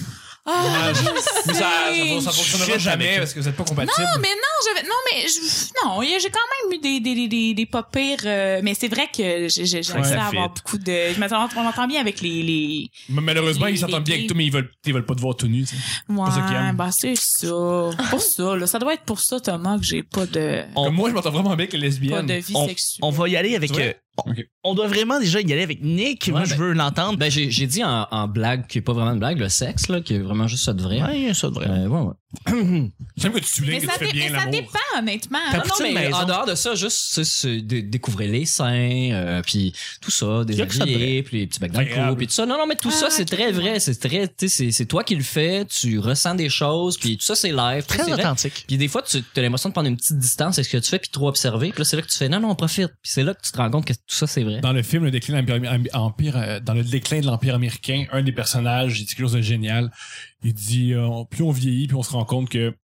[SPEAKER 3] ah je sais.
[SPEAKER 4] Mais ça, ça, ça fonctionnera
[SPEAKER 1] Shit,
[SPEAKER 4] jamais
[SPEAKER 1] avec-
[SPEAKER 4] parce que vous êtes pas compatibles.
[SPEAKER 3] Non, mais non, j'avais. Non, mais je- non, il y a- j'ai quand même eu des, des, des, des, des pas pires. euh, mais c'est vrai que j'ai- j'ai- j'aime
[SPEAKER 1] Ouais,
[SPEAKER 3] ça
[SPEAKER 1] ça fit.
[SPEAKER 3] avoir beaucoup de. Je m'entends, on m'entend bien avec les. les...
[SPEAKER 4] Mais malheureusement, ils
[SPEAKER 3] Les-
[SPEAKER 4] s'entendent bien
[SPEAKER 3] les-
[SPEAKER 4] avec toi, mais ils veulent, ils veulent pas te voir tout nu. tu sais.
[SPEAKER 3] Ouais,
[SPEAKER 4] ça qu'ils aiment.
[SPEAKER 3] ben c'est ça. Pour ça, là. Ça doit être pour ça, Thomas, que j'ai pas de.
[SPEAKER 1] On-
[SPEAKER 4] Comme moi, je m'entends vraiment bien avec les
[SPEAKER 3] Pas de
[SPEAKER 4] lesbiennes.
[SPEAKER 3] vie
[SPEAKER 1] on,
[SPEAKER 3] sexuelle.
[SPEAKER 1] on va y aller avec.
[SPEAKER 4] C'est vrai?
[SPEAKER 1] euh, on,
[SPEAKER 4] Ok.
[SPEAKER 1] on doit vraiment déjà y aller avec Nick. Moi,
[SPEAKER 2] Ouais,
[SPEAKER 1] je
[SPEAKER 2] ben-
[SPEAKER 1] veux l'entendre.
[SPEAKER 2] Ben, j'ai j'ai dit en, en blague, qui est pas vraiment une blague, le sexe, là, qui est vraiment juste ça de vrai.
[SPEAKER 1] Ouais, ça devrait.
[SPEAKER 2] Euh, ouais, ouais.
[SPEAKER 4] J'aime que tu soulignes
[SPEAKER 3] Mais
[SPEAKER 4] que tu
[SPEAKER 3] ça,
[SPEAKER 4] fais
[SPEAKER 3] dé-
[SPEAKER 4] bien
[SPEAKER 3] mais ça
[SPEAKER 4] l'amour.
[SPEAKER 3] dépend, honnêtement.
[SPEAKER 1] T'as
[SPEAKER 2] Ah, Non, non,
[SPEAKER 1] petite
[SPEAKER 2] mais
[SPEAKER 1] maison.
[SPEAKER 2] en dehors de ça, juste c'est- c'est dé- découvrir les seins, euh, puis tout ça, des
[SPEAKER 1] Y a que ça de
[SPEAKER 2] habillés, puis les petits bacs dans le
[SPEAKER 4] Agréable.
[SPEAKER 2] cou, puis tout ça. Non, non, mais tout
[SPEAKER 3] Ah,
[SPEAKER 2] ça, c'est
[SPEAKER 3] ok,
[SPEAKER 2] très
[SPEAKER 3] ouais.
[SPEAKER 2] vrai. C'est très, tu sais, c'est- c'est toi qui le fais, tu ressens des choses, puis tout ça, c'est live. tout ça,
[SPEAKER 1] Très
[SPEAKER 2] c'est vrai.
[SPEAKER 1] authentique.
[SPEAKER 2] Puis des fois, tu as l'impression de prendre une petite distance avec ce que tu fais, puis trop observer. Puis là, c'est là que tu fais, non, non, on profite. Puis c'est là que tu te rends compte que tout ça, c'est vrai.
[SPEAKER 4] Dans le film, le déclin de l'Empire- Am- empire, euh, dans le déclin de l'empire américain, un des personnages, il dit quelque chose de génial. Il dit, euh, on- plus on vieillit, plus on se rend compte que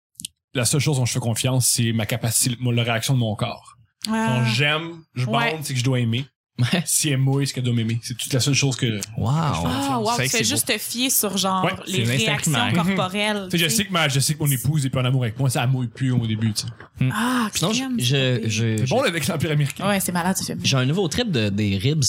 [SPEAKER 4] la seule chose dont je fais confiance, c'est ma capacité, mon- la réaction de mon corps. Quand
[SPEAKER 3] Ah.
[SPEAKER 4] j'aime, je
[SPEAKER 3] Ouais.
[SPEAKER 4] bande, c'est que je dois aimer.
[SPEAKER 2] Ouais.
[SPEAKER 4] Si elle mouille, c'est qu'elle doit m'aimer. C'est toute la seule chose que.
[SPEAKER 1] Wow.
[SPEAKER 3] Ah,
[SPEAKER 1] C'est
[SPEAKER 3] wow, tu
[SPEAKER 1] que
[SPEAKER 3] fais
[SPEAKER 1] c'est
[SPEAKER 3] juste te fier sur genre
[SPEAKER 4] Ouais,
[SPEAKER 3] les
[SPEAKER 1] c'est l'instinct
[SPEAKER 3] réactions
[SPEAKER 1] primaire.
[SPEAKER 3] corporelles.
[SPEAKER 4] Tu sais, je sais que ma, je sais que mon épouse est plus en amour avec moi, ça elle mouille plus au début, tu sais.
[SPEAKER 3] Ah,
[SPEAKER 2] Puis sinon,
[SPEAKER 3] crème,
[SPEAKER 2] je-
[SPEAKER 3] c'est
[SPEAKER 2] je-
[SPEAKER 4] C'est
[SPEAKER 2] je-
[SPEAKER 4] bon, le déclin de l'empire américain.
[SPEAKER 3] Ouais, c'est malade, ce film.
[SPEAKER 2] j'ai un nouveau trip de, des ribs.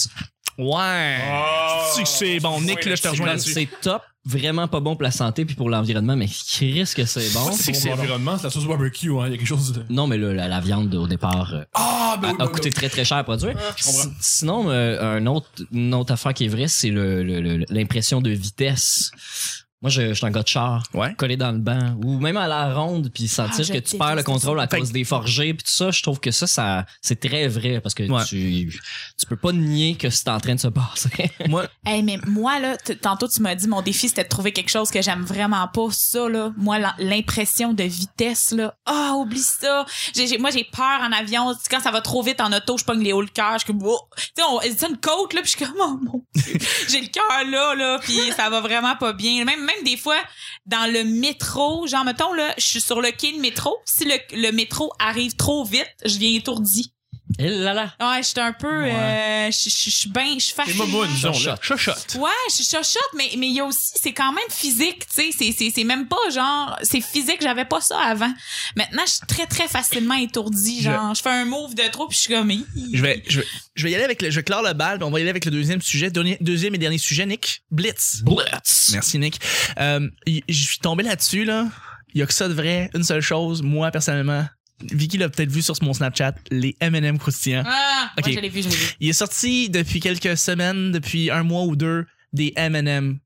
[SPEAKER 1] beau.
[SPEAKER 4] Ah.
[SPEAKER 1] Ouais.
[SPEAKER 4] Oh!
[SPEAKER 1] C'est que c'est bon. Nick, là, je te rejoins
[SPEAKER 2] Comme
[SPEAKER 1] là-dessus.
[SPEAKER 2] C'est top, vraiment pas bon pour la santé puis pour l'environnement, mais risque que c'est bon.
[SPEAKER 1] C'est que
[SPEAKER 4] C'est bon pour
[SPEAKER 1] c'est
[SPEAKER 4] l'environnement, c'est la sauce barbecue, hein. Il y a quelque chose de.
[SPEAKER 2] Non, mais le- la, la viande au départ euh,
[SPEAKER 4] Ah, ben
[SPEAKER 2] a,
[SPEAKER 4] oui,
[SPEAKER 2] a
[SPEAKER 4] ben oui,
[SPEAKER 2] coûté
[SPEAKER 4] ben
[SPEAKER 2] très très cher à produire.
[SPEAKER 5] Ah,
[SPEAKER 4] je comprends.
[SPEAKER 2] Si- sinon, euh, un autre, une autre affaire qui est vraie, c'est le- le- le- l'impression de vitesse. Moi, je, je suis un gars de char,
[SPEAKER 1] Ouais.
[SPEAKER 2] collé dans le banc, ou même à la ronde, puis
[SPEAKER 3] Ah,
[SPEAKER 2] sentir
[SPEAKER 3] je
[SPEAKER 2] que tu
[SPEAKER 3] déteste
[SPEAKER 2] perds le contrôle à
[SPEAKER 1] Fait
[SPEAKER 2] cause
[SPEAKER 1] que-
[SPEAKER 2] des forgés, puis tout ça, je trouve que ça, ça c'est très vrai, parce que
[SPEAKER 1] Ouais.
[SPEAKER 2] tu, tu peux pas nier que c'est en train de se passer.
[SPEAKER 1] Moi,
[SPEAKER 3] Hey, mais moi, là, t- tantôt, tu m'as dit, mon défi, c'était de trouver quelque chose que j'aime vraiment pas. Ça, là, moi, la- l'impression de vitesse, là, ah, oublie ça. J'ai- j'ai- moi, j'ai peur en avion. Tu sais, Quand ça va trop vite en auto, je pogne les hauts le cœur. Je suis comme, oh. tu sais, on- c'est une côte, là, puis je suis comme, oh mon Dieu. J'ai le cœur là, là, puis ça va vraiment pas bien. Même, même des fois, dans le métro, genre, mettons, là, je suis sur le quai de métro. Si le, le métro arrive trop vite, je viens étourdie.
[SPEAKER 2] Et Eh là là.
[SPEAKER 3] Ouais, j'étais un peu, euh, je je- je suis bien, je suis
[SPEAKER 4] oui. C'est moi, moi, disons, là.
[SPEAKER 1] chochotte.
[SPEAKER 3] Ouais, je suis chochotte, mais mais il y a aussi c'est quand même physique, tu sais, c'est c'est c'est même pas genre c'est physique, j'avais pas ça avant. Maintenant, je suis très très facilement étourdie,
[SPEAKER 1] Je-
[SPEAKER 3] genre je fais un move de trop puis je suis comme Hi.
[SPEAKER 1] Je vais, je, vais, je vais y aller avec le. Je vais clore le bal, puis on va y aller avec le deuxième sujet. Dernier- deuxième et dernier sujet, Nick. Blitz.
[SPEAKER 2] Blitz!
[SPEAKER 1] Merci, Nick. Euh, y- je suis tombé là-dessus, là. Il y a que ça de vrai. Une seule chose, moi, personnellement. Vicky l'a peut-être vu sur mon Snapchat, les M&M croustillants.
[SPEAKER 3] Ah,
[SPEAKER 1] Ok.
[SPEAKER 3] moi je l'ai vu, je l'ai vu.
[SPEAKER 1] Il est sorti depuis quelques semaines, depuis un mois ou deux, des M&M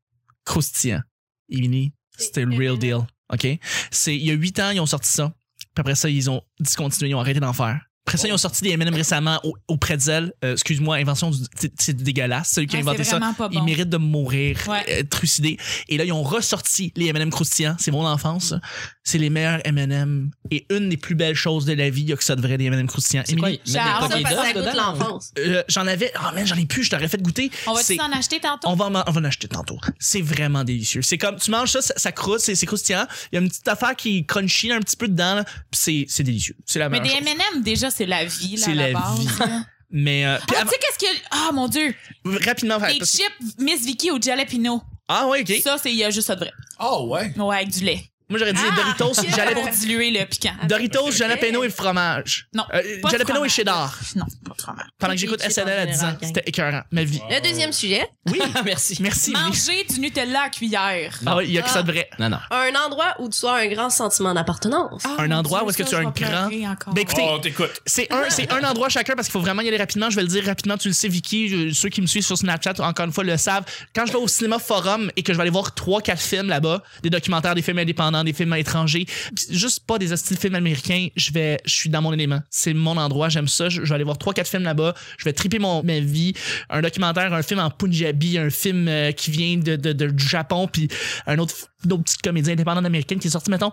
[SPEAKER 1] croustillants. Emily, c'était le real
[SPEAKER 5] M&M.
[SPEAKER 1] deal. OK? C'est, il y a huit ans, ils ont sorti ça. Puis après ça, ils ont discontinué, ils ont arrêté d'en faire. Après ça, ils
[SPEAKER 3] Oh.
[SPEAKER 1] ont sorti des M&M récemment au, au pretzel. Euh, excuse-moi, invention du, c'est- c'est dégueulasse. Celui qui a
[SPEAKER 3] Ouais,
[SPEAKER 1] inventé
[SPEAKER 3] Ah, c'est
[SPEAKER 1] ça,
[SPEAKER 3] vraiment pas
[SPEAKER 1] ils
[SPEAKER 3] bon.
[SPEAKER 1] méritent de mourir,
[SPEAKER 3] Ouais.
[SPEAKER 1] euh, trucidés. Et là, ils ont ressorti les M&M croustillants. C'est mon enfance.
[SPEAKER 3] Mm.
[SPEAKER 1] C'est les meilleurs M&M. Et une des plus belles choses de la vie, il y a que ça de vrai, des M&M croustillants.
[SPEAKER 2] C'est quoi?
[SPEAKER 1] Émilie,
[SPEAKER 2] ils mettent des
[SPEAKER 3] Charles,
[SPEAKER 5] Ah, Ça,
[SPEAKER 2] poignées
[SPEAKER 5] parce que ça
[SPEAKER 2] d'œufs
[SPEAKER 5] goûte
[SPEAKER 2] dedans?
[SPEAKER 5] l'enfance.
[SPEAKER 1] euh, j'en avais... Oh man, j'en ai plus, je t'aurais fait goûter.
[SPEAKER 3] On va
[SPEAKER 1] C'est-
[SPEAKER 3] tu en acheter tantôt.
[SPEAKER 1] on va en- on va en acheter tantôt. C'est vraiment délicieux. C'est comme, tu manges ça, ça, ça croûte, c'est c'est croustillant. Il y a une petite affaire qui crunchy un petit peu dedans, là, puis c'est c'est délicieux. C'est la
[SPEAKER 3] Mais
[SPEAKER 1] meilleure
[SPEAKER 3] des
[SPEAKER 1] chose.
[SPEAKER 3] M&M déjà c'est la vie là
[SPEAKER 1] C'est
[SPEAKER 3] à la,
[SPEAKER 1] la
[SPEAKER 3] base.
[SPEAKER 1] vie.
[SPEAKER 3] là.
[SPEAKER 1] Mais, euh, puis
[SPEAKER 3] Ah, tu sais qu'est-ce que Ah mon dieu,
[SPEAKER 1] avant- rapidement,
[SPEAKER 3] les
[SPEAKER 1] parce que-
[SPEAKER 3] chips Miss Vicky au jalapeno.
[SPEAKER 1] ah ouais, ok.
[SPEAKER 3] Ça c'est il y a juste ça de vrai.
[SPEAKER 4] Ah, ouais.
[SPEAKER 3] Ouais, avec du lait.
[SPEAKER 1] Moi, j'aurais dit
[SPEAKER 5] Ah,
[SPEAKER 1] Doritos,
[SPEAKER 5] ok.
[SPEAKER 1] jalap-
[SPEAKER 3] pour diluer le piquant.
[SPEAKER 1] Doritos,
[SPEAKER 5] Ok.
[SPEAKER 1] jalapeno et fromage.
[SPEAKER 3] Ah, Non,
[SPEAKER 1] Euh,
[SPEAKER 3] pas de
[SPEAKER 1] jalapeno et
[SPEAKER 3] fromage.
[SPEAKER 1] cheddar.
[SPEAKER 3] Non, pas de fromage.
[SPEAKER 1] Pendant que j'écoute
[SPEAKER 5] Chips en
[SPEAKER 1] SNL à 10 ans,
[SPEAKER 5] général, gang.
[SPEAKER 1] c'était écœurant. Ma vie.
[SPEAKER 4] Ah.
[SPEAKER 5] Le deuxième sujet,
[SPEAKER 1] Oui,
[SPEAKER 2] Ah, Merci.
[SPEAKER 1] merci. Émilie.
[SPEAKER 3] Manger du Nutella à cuillère.
[SPEAKER 1] Ah ouais, il y a que ça de vrai.
[SPEAKER 2] Non, non.
[SPEAKER 5] un endroit où tu as un grand sentiment d'appartenance.
[SPEAKER 3] Ah,
[SPEAKER 1] Un
[SPEAKER 3] mon
[SPEAKER 1] endroit
[SPEAKER 3] Dieu,
[SPEAKER 1] où est-ce que
[SPEAKER 3] ça,
[SPEAKER 1] tu as
[SPEAKER 3] je
[SPEAKER 1] un
[SPEAKER 3] vais
[SPEAKER 1] grand-
[SPEAKER 3] pleurer encore.
[SPEAKER 1] Ben écoutez,
[SPEAKER 4] Oh, on t'écoute.
[SPEAKER 1] C'est un, c'est un endroit chacun parce qu'il faut vraiment y aller rapidement. Je vais le dire rapidement. Tu le sais, Vicky. je- ceux qui me suivent sur Snapchat, encore une fois, le savent. Quand je vais au cinéma forum et que je vais aller voir trois, quatre films là-bas, des documentaires, des films indépendants, des films étrangers, pis juste pas des astuces de films américains, je vais, je suis dans mon élément. C'est mon endroit. J'aime ça. Je, je vais aller voir trois, quatre films là-bas. Je vais triper mon, ma vie. Un documentaire, un film en Punjabi, un film euh, qui vient de, de- de- du Japon, puis un autre, d'autres petites comédies indépendantes américaines qui est sorti, mettons.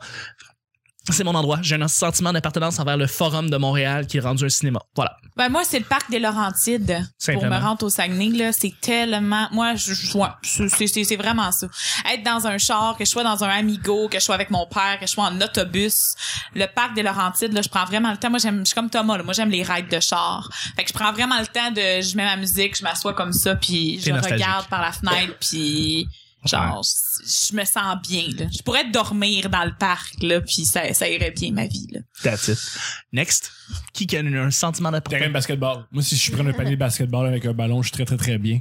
[SPEAKER 1] c'est mon endroit. J'ai un sentiment d'appartenance envers le Forum de Montréal qui est rendu un cinéma. Voilà.
[SPEAKER 3] Ben moi, c'est le parc des Laurentides. Pour
[SPEAKER 1] Simplement.
[SPEAKER 3] me rendre au Saguenay, là, c'est tellement... Moi, je, je- ouais, c'est- c'est c'est- c'est vraiment ça. Être dans un char, que je sois dans un Amigo, que je sois avec mon père, que je sois en autobus. Le parc des Laurentides, là, je prends vraiment le temps. Moi, j'aime je suis comme Thomas, là. moi, j'aime les rides de char. Fait que je prends vraiment le temps de... Je mets ma musique, je m'assois comme ça, puis
[SPEAKER 1] T'es
[SPEAKER 3] je
[SPEAKER 1] nostalgique.
[SPEAKER 3] regarde par la fenêtre, puis... Genre, je je me sens bien, là. Je pourrais dormir dans le parc, là, puis ça, ça irait bien ma vie, là.
[SPEAKER 1] That's it. Next. Qui qui a un sentiment
[SPEAKER 4] Terrain de
[SPEAKER 1] d'appartenance?
[SPEAKER 4] basketball. Moi, si je prends un panier de basketball avec un ballon, je suis très, très, très bien.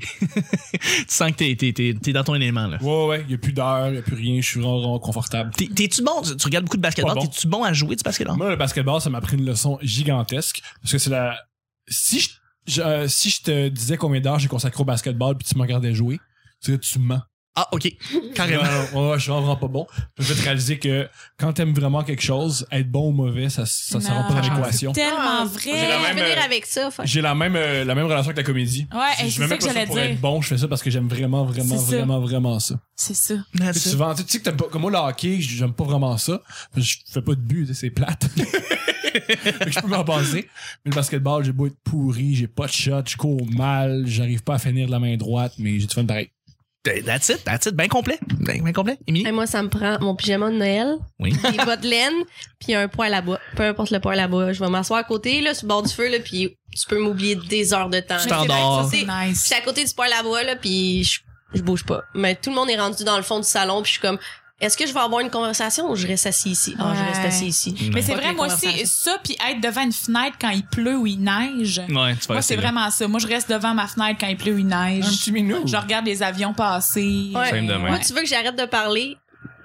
[SPEAKER 1] Tu sens que t'es, t'es, t'es, t'es dans ton élément, là.
[SPEAKER 4] Ouais, ouais, il n'y a plus d'heure, il n'y a plus rien, je suis vraiment, vraiment confortable.
[SPEAKER 1] T'es, t'es-tu bon? Tu tu regardes beaucoup de basketball.
[SPEAKER 4] Pas bon.
[SPEAKER 1] T'es-tu bon à jouer du basketball?
[SPEAKER 4] Moi, le basketball, ça m'a pris une leçon gigantesque. Parce que c'est la. Si je, je- euh, si je te disais combien d'heures j'ai consacré au basketball puis tu me regardais jouer, tu dirais, tu mens.
[SPEAKER 1] Ah, OK. Carrément.
[SPEAKER 4] Ouais, ouais, ouais, je suis vraiment pas bon. Je vais te réaliser que quand t'aimes vraiment quelque chose, être bon ou mauvais, ça, ça, ça
[SPEAKER 3] Non.
[SPEAKER 4] rentre pas dans l'équation.
[SPEAKER 3] Tellement
[SPEAKER 5] Ah,
[SPEAKER 4] J'ai la
[SPEAKER 3] vrai!
[SPEAKER 5] Je vais
[SPEAKER 4] même,
[SPEAKER 5] venir
[SPEAKER 4] euh,
[SPEAKER 5] avec ça. fuck.
[SPEAKER 4] J'ai la même, euh, la même relation avec la comédie.
[SPEAKER 3] Ouais,
[SPEAKER 4] Je-
[SPEAKER 3] et
[SPEAKER 4] je
[SPEAKER 3] c'est
[SPEAKER 4] me
[SPEAKER 3] ça
[SPEAKER 4] mets
[SPEAKER 3] que
[SPEAKER 4] pas
[SPEAKER 3] j'allais
[SPEAKER 4] pour
[SPEAKER 3] dire.
[SPEAKER 4] être bon, je fais ça parce que j'aime vraiment, vraiment,
[SPEAKER 3] C'est ça.
[SPEAKER 4] vraiment, vraiment ça.
[SPEAKER 3] C'est ça.
[SPEAKER 4] Tu sais,
[SPEAKER 1] That's it.
[SPEAKER 4] souvent, tu sais, tu sais que t'aimes pas, comme moi, le hockey, j'aime pas vraiment ça. Je fais pas de but, tu sais, c'est plate. Fait que je peux m'en passer. Mais le basketball, j'ai beau être pourri, j'ai pas de shot, je cours mal, j'arrive pas à finir de la main droite, mais j'ai du fun pareil.
[SPEAKER 1] That's it. That's it. Ben complet. Ben, ben complet. Émilie?
[SPEAKER 5] Et moi, ça me prend mon pyjama de Noël,
[SPEAKER 1] Oui.
[SPEAKER 5] des bottes de laine, puis un poêle à bois. Peu importe le poêle à bois, je vais m'asseoir à côté, là, sur le bord du feu, là, puis tu peux m'oublier des heures de temps.
[SPEAKER 1] Je
[SPEAKER 5] là.
[SPEAKER 1] t'endors.
[SPEAKER 5] Ça, c'est- Je
[SPEAKER 3] nice.
[SPEAKER 5] suis à côté du poêle à bois, là, puis je, je bouge pas. Mais tout le monde est rendu dans le fond du salon, puis je suis comme, est-ce que je vais avoir une conversation ou je reste assis ici? Ah, je
[SPEAKER 3] Ouais.
[SPEAKER 5] reste assis ici.
[SPEAKER 3] Mais c'est
[SPEAKER 5] Pas que
[SPEAKER 3] vrai,
[SPEAKER 5] les
[SPEAKER 3] moi aussi,
[SPEAKER 5] conversations.
[SPEAKER 3] ça, puis être devant une fenêtre quand il pleut ou il neige.
[SPEAKER 1] Ouais, tu vas
[SPEAKER 3] moi, c'est
[SPEAKER 1] essayer.
[SPEAKER 3] vraiment ça. Moi, je reste devant ma fenêtre quand il pleut ou il
[SPEAKER 4] Un
[SPEAKER 3] neige.
[SPEAKER 4] petit minou.
[SPEAKER 3] Je regarde les avions passer.
[SPEAKER 5] Ouais.
[SPEAKER 2] Same de même.
[SPEAKER 5] Moi, tu veux que j'arrête de parler?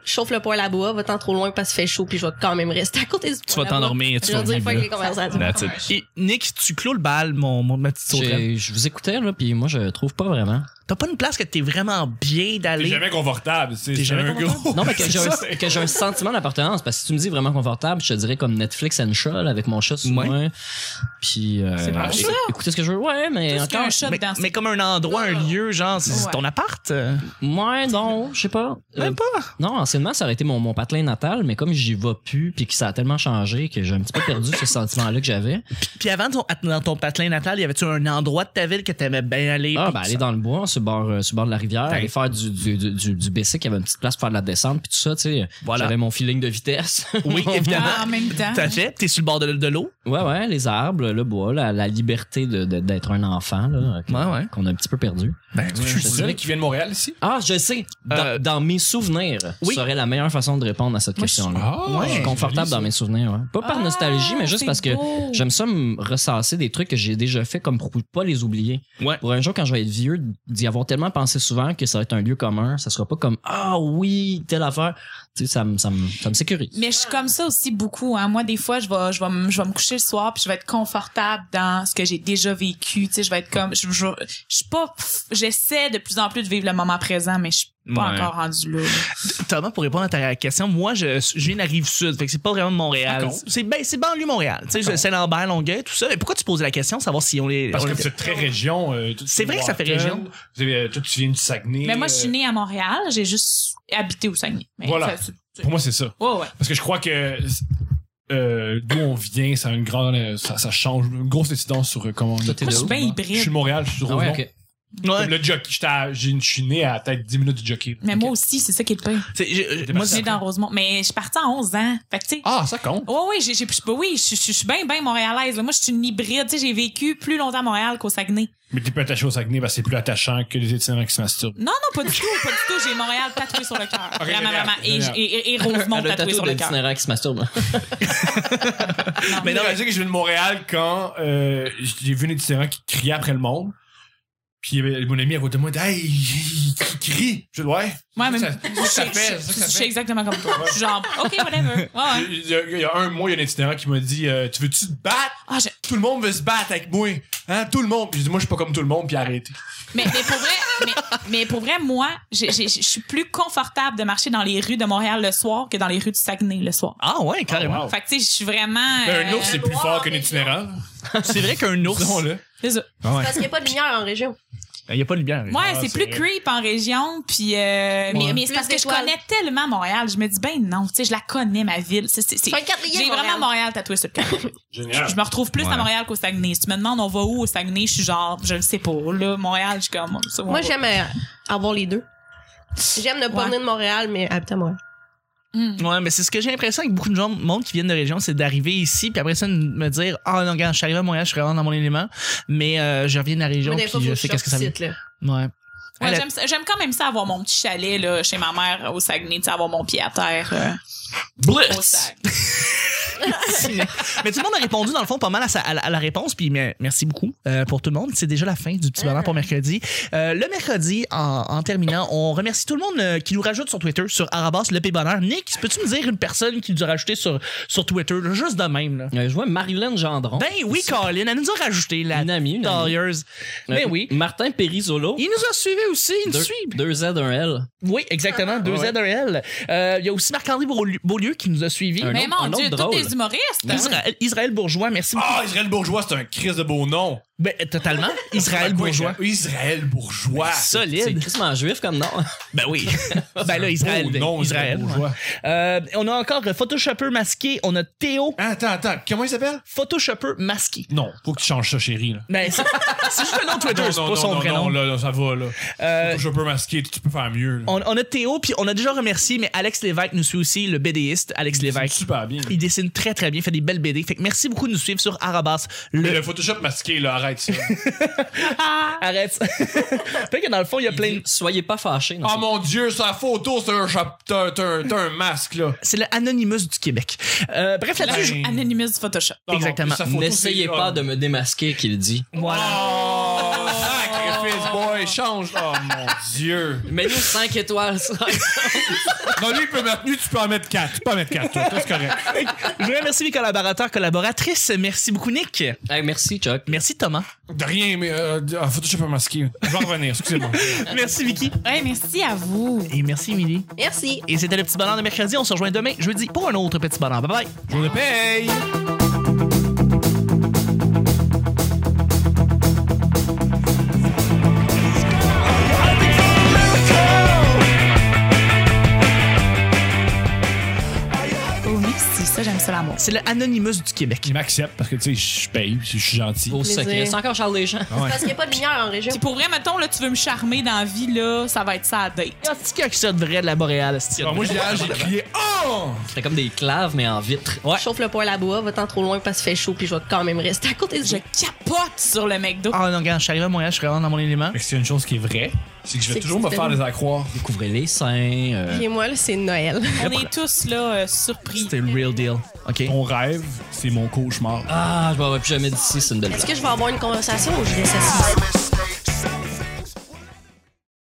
[SPEAKER 5] Chauffe le poêle à bois, va-t'en trop loin parce qu'il fait chaud, puis je vais quand même rester à côté du poêle
[SPEAKER 1] Tu vas
[SPEAKER 5] à bois.
[SPEAKER 1] t'endormir. Tu
[SPEAKER 5] Je
[SPEAKER 1] vas
[SPEAKER 5] vais dire,
[SPEAKER 1] vivre
[SPEAKER 5] fuck
[SPEAKER 1] là.
[SPEAKER 5] les conversations.
[SPEAKER 1] That's it. Et Nick, tu clôt le bal, mon, mon, ma petite sauterelle.
[SPEAKER 2] J'ai- Je vous écoutais, là, puis moi, je trouve pas vraiment.
[SPEAKER 1] T'as pas une place que t'es vraiment bien
[SPEAKER 4] T'es
[SPEAKER 1] d'aller.
[SPEAKER 4] jamais confortable, c'est
[SPEAKER 1] T'es
[SPEAKER 4] c'est
[SPEAKER 1] jamais
[SPEAKER 4] un gros.
[SPEAKER 2] Non, mais que
[SPEAKER 4] C'est
[SPEAKER 2] j'ai
[SPEAKER 4] ça,
[SPEAKER 2] un,
[SPEAKER 4] c'est-
[SPEAKER 2] que j'ai un sentiment d'appartenance. Parce que si tu me dis vraiment confortable, je te dirais comme Netflix and Shot là, avec mon chat sur
[SPEAKER 1] Ouais.
[SPEAKER 2] moi. Puis. euh,
[SPEAKER 3] C'est pas
[SPEAKER 2] éc-
[SPEAKER 3] ça.
[SPEAKER 2] Écoutez ce que je veux. Ouais, mais
[SPEAKER 3] Tout ce qu'il y a
[SPEAKER 2] encore.
[SPEAKER 3] un chat
[SPEAKER 1] Mais,
[SPEAKER 3] dedans. c'est-
[SPEAKER 1] mais comme un endroit, un lieu, genre, c'est c'est ton appart. euh,
[SPEAKER 2] Ouais, non, je sais pas. Euh,
[SPEAKER 1] Même pas.
[SPEAKER 2] non, anciennement, ça aurait été mon, mon patelin natal, mais comme j'y vais plus, puis que ça a tellement changé que j'ai un petit peu perdu ce sentiment-là que j'avais.
[SPEAKER 1] Puis avant, ton, dans ton patelin natal, y avait-tu un endroit de ta ville que t'aimais bien aller?
[SPEAKER 2] Ah,
[SPEAKER 1] Puis
[SPEAKER 2] ben,
[SPEAKER 1] ça-
[SPEAKER 2] aller dans le bois, sur le bord, euh, sur le bord de la rivière,
[SPEAKER 1] T'as-
[SPEAKER 2] aller faire du, du, du, du, du BC, qui avait une petite place pour faire de la descente, puis tout ça, tu sais.
[SPEAKER 1] Voilà.
[SPEAKER 2] J'avais mon feeling de vitesse.
[SPEAKER 1] Oui, évidemment.
[SPEAKER 3] Ah, en même temps.
[SPEAKER 1] T'as fait, t'es sur le bord de, de l'eau.
[SPEAKER 2] ouais, ouais, les arbres, le bois, la, la liberté de- de- d'être un enfant, là, que-
[SPEAKER 1] Ouais, ouais.
[SPEAKER 2] qu'on a un petit peu perdu.
[SPEAKER 1] Ben,
[SPEAKER 4] Je suis le seul qui vient de Montréal ici.
[SPEAKER 2] Ah, je sais. Dans,
[SPEAKER 1] Euh,
[SPEAKER 2] dans mes souvenirs,
[SPEAKER 1] oui.
[SPEAKER 2] serait la meilleure façon de répondre à cette
[SPEAKER 3] Moi, je-
[SPEAKER 2] question-là.
[SPEAKER 1] Ouais,
[SPEAKER 4] Ah,
[SPEAKER 2] Je suis confortable dans mes souvenirs, ouais. Pas par
[SPEAKER 3] Ah,
[SPEAKER 2] nostalgie, mais juste
[SPEAKER 3] c'est
[SPEAKER 2] parce que
[SPEAKER 3] beau.
[SPEAKER 2] j'aime ça me ressasser des trucs que j'ai déjà fait comme pour pas les oublier.
[SPEAKER 1] Ouais.
[SPEAKER 2] Pour un jour, quand je vais être vieux, d'y avoir tellement pensé souvent que ça va être un lieu commun, ça sera pas comme Ah oui, telle affaire. Tu sais, ça me, ça me, ça me sécurise.
[SPEAKER 3] Mais je suis comme ça aussi beaucoup. Hein. Moi, des fois, je vais, je, vais, me- je vais me coucher le soir puis je vais être confortable dans ce que j'ai déjà vécu. Tu sais, je vais être comme... Je, je, je suis pas... J'essaie de plus en plus de vivre le moment présent, mais je suis pas
[SPEAKER 1] Ouais.
[SPEAKER 3] encore rendu là.
[SPEAKER 1] Thomas, pour répondre à ta question, moi, je, je viens de la rive sud, fait que c'est pas vraiment de
[SPEAKER 4] Ça
[SPEAKER 1] Montréal.
[SPEAKER 4] compte.
[SPEAKER 1] C'est ben, c'est banlieue Montréal. Tu sais, Saint-Lambert, Longueuil, tout ça. Et pourquoi tu posais la question, savoir si on les.
[SPEAKER 4] Parce
[SPEAKER 1] on
[SPEAKER 4] que
[SPEAKER 1] les-
[SPEAKER 4] c'est très région. euh, tout-
[SPEAKER 1] C'est vrai que ça fait
[SPEAKER 4] Wharton,
[SPEAKER 1] région.
[SPEAKER 4] Vous avez, euh, toi, tu viens du Saguenay.
[SPEAKER 3] Mais moi, je suis
[SPEAKER 4] euh,
[SPEAKER 3] née à Montréal. J'ai juste habité au Saguenay. Mais
[SPEAKER 4] Voilà.
[SPEAKER 3] ça, c'est-
[SPEAKER 4] euh, Pour moi, c'est ça.
[SPEAKER 3] Ouais, ouais.
[SPEAKER 4] Parce que je crois que euh, d'où on vient, ça a une grande, euh, ça, ça change, une grosse incidence sur euh, comment on
[SPEAKER 2] Toi, t'es
[SPEAKER 3] Moi,
[SPEAKER 2] de
[SPEAKER 3] je suis
[SPEAKER 2] où?
[SPEAKER 3] bien
[SPEAKER 4] Je suis de
[SPEAKER 3] hybride.
[SPEAKER 4] Montréal, je suis de
[SPEAKER 2] Ah ouais,
[SPEAKER 4] Rosemont.
[SPEAKER 2] ok.
[SPEAKER 1] Ouais.
[SPEAKER 4] Comme Le jockey, j'étais à- j'ai une- je suis né à peut-être 10 minutes du jockey.
[SPEAKER 3] Mais moi aussi, c'est ça qui est le pire.
[SPEAKER 1] C'est- je- je-
[SPEAKER 4] T'es
[SPEAKER 1] moi,
[SPEAKER 3] Je suis née dans Rosemont. Mais je suis partie à 11 ans. Fait que, tu sais.
[SPEAKER 4] Ah, ça compte.
[SPEAKER 3] Ouais, ouais, j'ai, j'ai, bah oui, je je- je suis bien, bien montréalaise. là. Moi, je suis une hybride. Tu sais, j'ai vécu plus longtemps à Montréal qu'au Saguenay.
[SPEAKER 4] Mais t'es plus attaché au Saguenay parce que c'est plus attachant que les itinérants qui se masturbent.
[SPEAKER 3] Non, non, pas du tout, pas du tout. J'ai Montréal tatoué sur le cœur.
[SPEAKER 4] Ok,
[SPEAKER 3] vraiment,
[SPEAKER 4] génial,
[SPEAKER 3] vraiment. Et,
[SPEAKER 4] génial.
[SPEAKER 3] et, et- et Rosemont
[SPEAKER 2] Elle a le
[SPEAKER 3] tatoué
[SPEAKER 2] tatou
[SPEAKER 3] sur
[SPEAKER 2] d'un
[SPEAKER 3] le cœur.
[SPEAKER 2] itinérant qui se masturbe.
[SPEAKER 3] Non.
[SPEAKER 1] Mais
[SPEAKER 4] Mais
[SPEAKER 1] non,
[SPEAKER 4] non, je que je viens de Montréal quand euh, j'ai vu un itinérant qui criait après le monde. Puis il y avait mon ami à côté de moi, il dit, hey, il il crie. Je dis, ouais.
[SPEAKER 3] Ouais, mais-
[SPEAKER 4] Ça- ça fait,
[SPEAKER 3] Je
[SPEAKER 4] ça, ça
[SPEAKER 3] suis
[SPEAKER 4] fait.
[SPEAKER 3] exactement comme toi. Je suis genre, OK, whatever. Ouais, ouais.
[SPEAKER 4] Il y, a, il y a un mois, il y a un itinérant qui m'a dit euh, Tu veux-tu te battre
[SPEAKER 3] Ah, je-
[SPEAKER 4] Tout le monde veut se battre avec moi. Hein, tout le monde. Puis je dis, moi, je suis pas comme tout le monde, puis arrêtez.
[SPEAKER 3] Mais, mais pour vrai, mais, mais pour vrai, moi, j'ai- j'ai- je suis plus confortable de marcher dans les rues de Montréal le soir que dans les rues du Saguenay le soir.
[SPEAKER 1] Ah ouais, carrément.
[SPEAKER 4] Wow.
[SPEAKER 3] Fait que tu sais, je suis vraiment.
[SPEAKER 4] Ben, un
[SPEAKER 3] euh,
[SPEAKER 4] ours, c'est plus fort qu'un itinérant.
[SPEAKER 1] C'est vrai qu'un ours.
[SPEAKER 4] Disons-le.
[SPEAKER 3] c'est ça.
[SPEAKER 5] Parce qu'il n'y a pas de lumière en région.
[SPEAKER 1] Il n'y a pas de lumière.
[SPEAKER 3] Ouais, c'est plus
[SPEAKER 1] cru
[SPEAKER 3] creep en région, puis euh, mais, mais c'est
[SPEAKER 5] Plus
[SPEAKER 3] parce que je
[SPEAKER 5] d'étoiles.
[SPEAKER 3] connais tellement Montréal, je me dis ben non, tu sais, je la connais ma ville. C'est- c'est- c'est-
[SPEAKER 5] Sur le quatrième,
[SPEAKER 3] J'ai
[SPEAKER 5] Montréal.
[SPEAKER 3] vraiment Montréal tatoué sur le cœur.
[SPEAKER 4] Génial.
[SPEAKER 3] Je me retrouve plus
[SPEAKER 2] Ouais.
[SPEAKER 3] à Montréal qu'au Saguenay. Si tu me demandes on va où au Saguenay, je suis genre je le sais pas. Là, Montréal, je suis comme ça, on
[SPEAKER 5] Moi,
[SPEAKER 3] va.
[SPEAKER 5] j'aime euh, avoir les deux. J'aime ne pas
[SPEAKER 3] Ouais.
[SPEAKER 5] venir de Montréal, mais habiter à Montréal.
[SPEAKER 3] Hmm.
[SPEAKER 1] Ouais, mais c'est ce que j'ai l'impression avec beaucoup de gens, monde qui viennent de région, c'est d'arriver ici, puis après ça, de me dire, ah non, regarde, je suis arrivé à Montréal, je suis vraiment dans mon élément, mais euh, je reviens de la région,
[SPEAKER 5] Mais des fois,
[SPEAKER 1] puis je
[SPEAKER 5] faut
[SPEAKER 1] sais
[SPEAKER 5] que
[SPEAKER 1] qu'est-ce que ça veut.
[SPEAKER 5] sorte du site, là.
[SPEAKER 1] Ouais.
[SPEAKER 3] Ouais,
[SPEAKER 1] Elle a-
[SPEAKER 3] j'aime ça- J'aime quand même ça avoir mon petit chalet là, chez ma mère au Saguenay, tu sais, avoir mon pied à terre euh, au
[SPEAKER 1] Blitz!
[SPEAKER 3] Saguenay.
[SPEAKER 1] mais tout le monde a répondu, dans le fond, pas mal à, sa- à la, à la réponse. Puis mais- merci beaucoup euh, pour tout le monde. C'est déjà la fin du petit bonheur
[SPEAKER 5] Ah.
[SPEAKER 1] pour mercredi. Euh, le mercredi, en, en terminant, on remercie tout le monde euh, qui nous rajoute sur Twitter, sur Arabas, le P Bonheur. Nick, peux-tu me dire une personne qui nous a rajouté sur, sur Twitter, là, juste de même? Là?
[SPEAKER 2] Euh, je vois Marilyn Gendron.
[SPEAKER 1] Ben oui,
[SPEAKER 2] C'est
[SPEAKER 1] Colin, elle nous a rajouté la
[SPEAKER 2] Une amie, une amie.
[SPEAKER 1] tailleuse.
[SPEAKER 2] Euh,
[SPEAKER 1] Ben oui.
[SPEAKER 2] Martin Périsolo.
[SPEAKER 1] Il nous a suivis aussi, il nous suit.
[SPEAKER 2] 2Z, 1L.
[SPEAKER 1] Oui, exactement, deux
[SPEAKER 4] Ouais.
[SPEAKER 1] Z, un L. Euh, Il y a aussi Marc-André Beaulieu- Beaulieu qui nous a suivis. Ben
[SPEAKER 2] Un
[SPEAKER 3] Mais
[SPEAKER 2] autre-
[SPEAKER 3] mon
[SPEAKER 2] un
[SPEAKER 3] dieu,
[SPEAKER 2] autre
[SPEAKER 3] tous
[SPEAKER 2] drôle.
[SPEAKER 3] des humoristes.
[SPEAKER 1] Israël, Israël Bourgeois, merci beaucoup.
[SPEAKER 4] Ah, Israël Bourgeois, c'est un crise de beau nom.
[SPEAKER 1] Ben, totalement. Israël Bourgeois.
[SPEAKER 4] Israël Bourgeois.
[SPEAKER 2] C'est
[SPEAKER 1] Solide.
[SPEAKER 2] Christmas juif comme nom.
[SPEAKER 1] Ben oui. ben là, Israël.
[SPEAKER 4] Beau nom,
[SPEAKER 1] Israël.
[SPEAKER 4] Oh Israël Bourgeois.
[SPEAKER 1] Euh, on a encore Photoshopper masqué. On a Théo
[SPEAKER 4] Attends, attends, comment il s'appelle?
[SPEAKER 1] Photoshopper masqué.
[SPEAKER 4] Non, faut que tu changes ça, chérie. Là.
[SPEAKER 1] Ben, c'est c'est juste le nom de Twitter,
[SPEAKER 4] Non,
[SPEAKER 1] c'est
[SPEAKER 4] non,
[SPEAKER 1] pas son
[SPEAKER 4] non,
[SPEAKER 1] vrai
[SPEAKER 4] non,
[SPEAKER 1] nom.
[SPEAKER 4] là, là, ça va, là.
[SPEAKER 1] Euh,
[SPEAKER 4] je peux masquer, tu peux faire mieux. là.
[SPEAKER 1] on, on a Théo, puis on a déjà remercié, mais Alex Lévesque nous suit aussi, le BDiste, Alex
[SPEAKER 4] C'est
[SPEAKER 1] Lévesque.
[SPEAKER 4] Super bien.
[SPEAKER 1] Il dessine très très bien, fait des belles BD. Fait que merci beaucoup de nous suivre sur Arabas.
[SPEAKER 4] Mais
[SPEAKER 1] Le...
[SPEAKER 4] le Photoshop masqué, là, arrête ça.
[SPEAKER 1] Arrête. Peut-être que dans le fond, il Ah, y a plein de...
[SPEAKER 2] Soyez pas fâchés. non,
[SPEAKER 4] oh
[SPEAKER 2] c'est-
[SPEAKER 4] mon dieu, sa photo, c'est un, chap- t'as un, t'as un- t'as un masque, là.
[SPEAKER 1] C'est le Anonymous du Québec. Euh, bref, là-dessus, je-
[SPEAKER 4] Ben,
[SPEAKER 3] Anonymous du Photoshop.
[SPEAKER 4] Non, non,
[SPEAKER 1] Exactement.
[SPEAKER 4] sa photo,
[SPEAKER 2] N'essayez
[SPEAKER 4] c'est-
[SPEAKER 1] euh,
[SPEAKER 2] pas
[SPEAKER 4] oh.
[SPEAKER 2] de me démasquer, qu'il dit.
[SPEAKER 1] Voilà.
[SPEAKER 4] Oh, sacrifice, boy, change. Oh mon dieu.
[SPEAKER 2] Mais nous, 5 étoiles. ça.
[SPEAKER 4] Non, lui, il peut maintenir, tu peux en mettre 4. Tu peux en mettre 4, toi, toi, c'est correct.
[SPEAKER 1] Je voudrais remercier mes collaborateurs, collaboratrices. Merci beaucoup, Nick.
[SPEAKER 2] Hey, merci, Chuck.
[SPEAKER 1] Merci, Thomas.
[SPEAKER 4] De rien, mais euh, ah, Photoshop masqué. Je vais en revenir, excusez-moi.
[SPEAKER 1] Merci, Vicky.
[SPEAKER 3] Hey, merci à vous.
[SPEAKER 1] Et merci, Émilie.
[SPEAKER 5] Merci.
[SPEAKER 1] Et c'était le petit bonheur de mercredi. On se rejoint demain, jeudi, pour un autre petit bonheur. Bye bye.
[SPEAKER 4] Jour de paye!
[SPEAKER 3] Oh, merci. Ça, j'aime ça l'amour.
[SPEAKER 1] C'est le Anonymous du Québec.
[SPEAKER 4] Il m'accepte parce que, tu sais, je paye, je suis gentil.
[SPEAKER 2] Au
[SPEAKER 5] Plaisir.
[SPEAKER 2] secret. C'est encore Charles Deschamps.
[SPEAKER 1] Ah.
[SPEAKER 5] Parce qu'il n'y a pas de lumière en région.
[SPEAKER 3] Puis pour vrai, mettons, là, tu veux me charmer dans la vie, là, ça va être ça à date.
[SPEAKER 1] Un petit coq ça de vrai de la Boréale, c'est-tu?
[SPEAKER 4] Alors, moi, j'ai ah, j'ai crié Oh!
[SPEAKER 2] C'était comme des claves, mais en vitre. Ouais.
[SPEAKER 5] Chauffe le poêle à bois, va-t'en trop loin parce qu'il fait chaud, puis je vais quand même rester à côté de
[SPEAKER 3] Je capote sur le McDo.
[SPEAKER 1] Ah non, regarde, je suis arrivé à Montréal, je suis vraiment dans mon élément.
[SPEAKER 4] Mais c'est une chose qui est vraie, c'est que je vais
[SPEAKER 5] C'est
[SPEAKER 4] toujours me
[SPEAKER 5] que
[SPEAKER 4] faire
[SPEAKER 5] c'est-
[SPEAKER 4] les accroire.
[SPEAKER 2] Couvrez les seins. euh,
[SPEAKER 5] Et moi, là, c'est Noël.
[SPEAKER 3] On est tous, là, euh, surpris.
[SPEAKER 1] C'était le real deal. OK?
[SPEAKER 4] Mon rêve, c'est mon cauchemar.
[SPEAKER 2] Ah, je m'en vais plus jamais d'ici, c'est une belle
[SPEAKER 5] Est-ce
[SPEAKER 2] place.
[SPEAKER 5] que je vais avoir une conversation ou je reste assis?
[SPEAKER 6] Famous.